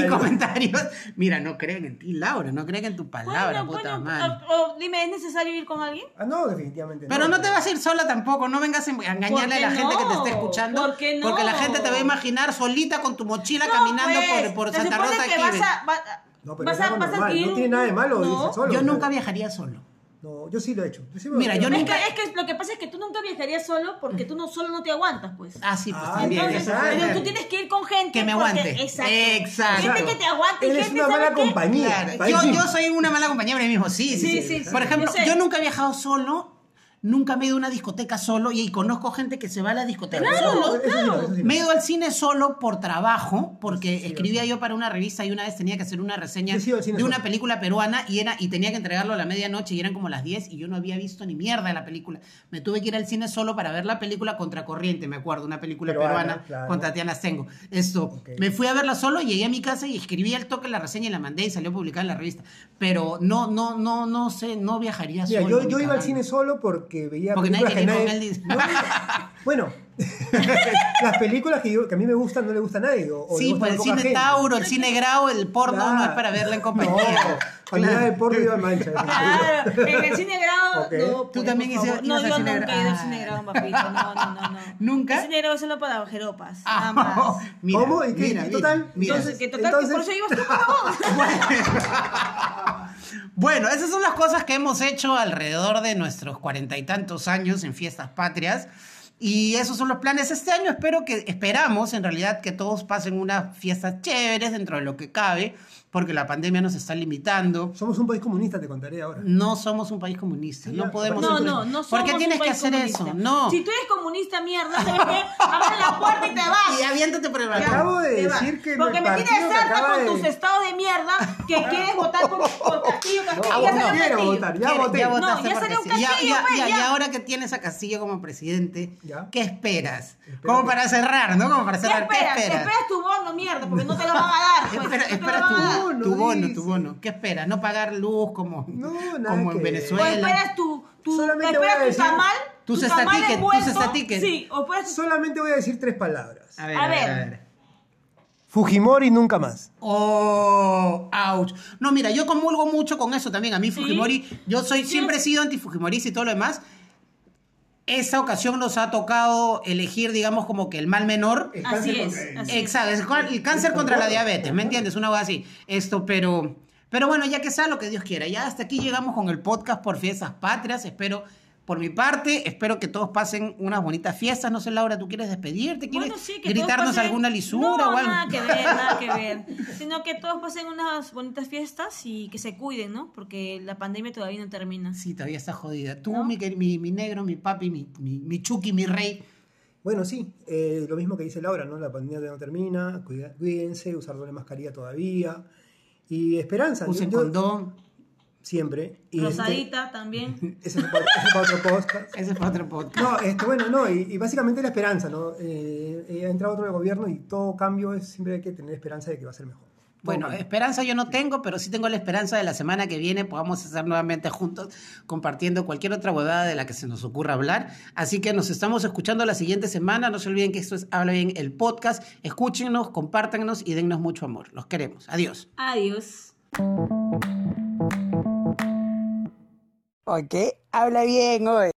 A: Sin comentarios. Mira, no creen en ti, Laura. No creen en tu palabra,
C: Bueno,
A: puta
C: bueno, ah,
A: madre.
C: o- o dime, ¿es necesario ir con alguien?
B: Ah, no, definitivamente
A: Pero no te vas a ir sola tampoco. No vengas a engañarle a la
C: ¿Por qué
A: gente que te está
C: no?
A: escuchando.
C: ¿Por qué no?
A: Porque la gente te va a imaginar solita con tu mochila
C: No,
A: caminando
C: pues,
A: por, por
C: se
A: Santa
C: supone
A: Rosa
C: que
A: Kiven.
C: vas a, va-
B: No, pero
C: vas
B: es
C: a,
B: algo
C: vas a
B: normal,
C: adquirir
B: no
C: un-
B: tiene nada de malo,
C: no.
B: dice, solo,
A: Yo
B: o sea,
A: nunca viajaría solo.
B: No, yo sí lo he hecho. Yo sí me-
A: Mira, yo
B: me-
C: Es
A: nunca-
C: que, es que lo que pasa es que tú nunca viajarías solo porque tú no solo no te aguantas, pues.
A: Ah, sí, pues
B: Ah,
A: también.
C: Entonces,
A: eso es
B: exacto.
A: verdad.
C: pero tú tienes que ir con gente
A: Que me
C: porque-
A: aguante.
C: Exacto.
A: Exacto.
C: Gente que te aguante.
B: Él es
C: gente,
B: una
C: ¿sabes
B: mala
C: qué?
B: compañía.
A: Claro,
B: Para
A: Yo,
B: decir,
A: yo soy una mala compañía para mí mismo, sí.
C: Sí,
A: sí,
C: sí, sí,
A: Por ejemplo,
C: yo sé.
A: yo nunca he viajado solo, nunca me he ido a una discoteca solo y, y conozco gente que se va a la discoteca solo.
B: eso sí,
C: claro.
B: eso sí.
A: Me he ido al cine solo por trabajo, porque escribía yo para una revista y una vez tenía que hacer una reseña
B: Yo he ido al cine
A: de una
B: solo.
A: película peruana y, era, y tenía que entregarlo a la medianoche y eran como las 10 y yo no había visto ni mierda de la película. Me tuve que ir al cine solo para ver la película Contracorriente, me acuerdo, una película
B: Peruana,
A: peruana,
B: claro.
A: con Tatiana Stengo. Esto, me fui a verla solo, llegué a mi casa y escribí al toque la reseña y la mandé y salió publicada en la revista. Pero no, no, no, no sé, no viajaría
B: Mira,
A: solo.
B: yo, yo
A: ni
B: iba al
A: cagando.
B: cine solo porque veía
A: Porque nadie
B: películas que
A: quería
B: nadie...
A: ir con él, dice.
B: No, bueno, Las películas que, yo, que a mí me gustan no le gusta a nadie. O, o le
A: Sí,
B: gustan
A: pues el
B: poca
A: cine
B: gente.
A: Tauro, el cine Grau, el porno
B: Claro.
A: no es para verla en
B: No,
A: compañía.
B: cuando era de porno iba a mancha.
C: Claro, en el cine grado.
B: Ok.
C: No,
A: Tú
C: pues,
A: también
C: por favor.
A: hice-
C: No,
A: ibas
C: yo
A: al cine
C: nunca he ido al
A: grado.
C: cine grado, papito. No, no, no. no.
A: ¿Nunca?
C: El cine grado es solo para jeropas.
A: Ah,
C: Nada más.
A: mira,
B: ¿Cómo? ¿Y qué?
A: mira, mira,
B: Total,
A: mira.
C: Entonces, que total,
B: Entonces-
C: que por eso ibas tú, huevón.
A: Bueno, esas son las cosas que hemos hecho alrededor de nuestros cuarenta y tantos años en fiestas patrias. Y esos son los planes este año. Espero que, esperamos en realidad que todos pasen unas fiestas chéveres dentro de lo que cabe, porque la pandemia nos está limitando.
B: Somos un país comunista, te contaré ahora.
A: No somos un país comunista, no
B: ya,
A: podemos.
C: No,
B: ser
C: no, no
A: ¿Por qué
C: somos
A: tienes
C: un
A: que
C: país
A: hacer
C: comunista.
A: eso? No.
C: Si tú eres comunista, mierda, ¿sabes qué? Abre la puerta y te vas.
A: Y aviéntate por el balcón.
B: Acabo de
C: Te vas.
B: decir que
C: Porque
B: el
C: me tienes
B: partido que
C: harta
B: acaba
C: con
B: de-
C: tus estados de mierda que quieres votar por, por Castillo, Castillo.
B: No,
C: ya
B: no
C: salió
B: quiero
C: Castillo.
B: votar, ya
A: Quiere-
B: voté.
A: ya
B: No,
A: votaste
C: ya
A: por
C: salió un
A: Castillo. Ya-
C: Castillo,
A: ya-
C: pues,
A: ya-
C: ya.
A: Y ahora que tienes a Castillo como presidente,
B: Ya.
A: ¿qué esperas?
B: Espero
A: Como
B: que-
A: para cerrar, ¿no? Como para
C: ¿Qué
A: cerrar,
C: esperas? Esperas tu bono, mierda, porque no te lo van a dar. Pues,
A: Espera,
C: no te lo
A: espera
C: van a dar.
A: tu,
B: dar.
A: tu bono,
B: Dice.
A: tu bono. ¿Qué esperas? ¿No pagar luz como,
B: No, nada
A: como en
B: que-
C: O
A: Venezuela?
C: esperas tu, tu,
B: Solamente
C: esperas
B: voy a
C: tu
B: decir-
C: tamal.
A: Tus
C: tu tamal
A: estatiques, tus
C: envuelto.
A: estatiques.
C: Sí, o esperas tu...
B: Solamente voy a decir tres palabras.
A: A ver,
C: A
A: a ver.
C: ver.
A: a ver.
B: Fujimori nunca más.
A: Oh, ouch. No, mira, yo comulgo mucho con eso también. A mí Fujimori, yo soy, siempre he sido anti-Fujimorista y todo lo demás. Esa ocasión nos ha tocado elegir, digamos, como que el mal menor.
C: Así es. así es.
A: Exacto, es cual- el cáncer contra la diabetes, ¿me entiendes? Una cosa así. Esto, pero, pero bueno, ya que sea lo que Dios quiera. Ya hasta aquí llegamos con el podcast por Fiestas Patrias. Espero, por mi parte, espero que todos pasen unas bonitas fiestas. No sé, Laura, ¿tú quieres despedirte? ¿Quieres
C: Bueno, sí, que todos
A: gritarnos
C: pasen-
A: alguna lisura
C: no,
A: o algo?
C: Nada que ver, nada que ver. Sino que todos pasen unas bonitas fiestas y que se cuiden, ¿no? Porque la pandemia todavía no termina.
A: Sí, todavía está jodida. Tú,
C: ¿No?
A: mi, quer- mi, mi negro, mi papi, mi, mi, mi chuki, mi rey.
B: Bueno, sí, eh, lo mismo que dice Laura, ¿no? La pandemia todavía no termina, cuida- cuídense, usar doble mascarilla todavía. Y esperanza. yo-
A: Usen
B: yo-
A: condón.
B: Siempre. Y este,
C: Rosadita también.
B: ese es para, ese es para otro podcast.
A: Ese es para otro podcast.
B: No, este, bueno, no, y, y básicamente la esperanza, ¿no? Eh, eh, ha entrado otro gobierno y todo cambio es siempre hay que tener esperanza de que va a ser mejor.
A: Bueno, esperanza yo no tengo, pero sí tengo la esperanza de la semana que viene podamos estar nuevamente juntos compartiendo cualquier otra huevada de la que se nos ocurra hablar. Así que nos estamos escuchando la siguiente semana. No se olviden que esto es Habla Bien el podcast. Escúchenos, compártanos y dennos mucho amor. Los queremos. Adiós.
C: Adiós.
G: Ok, habla bien hoy.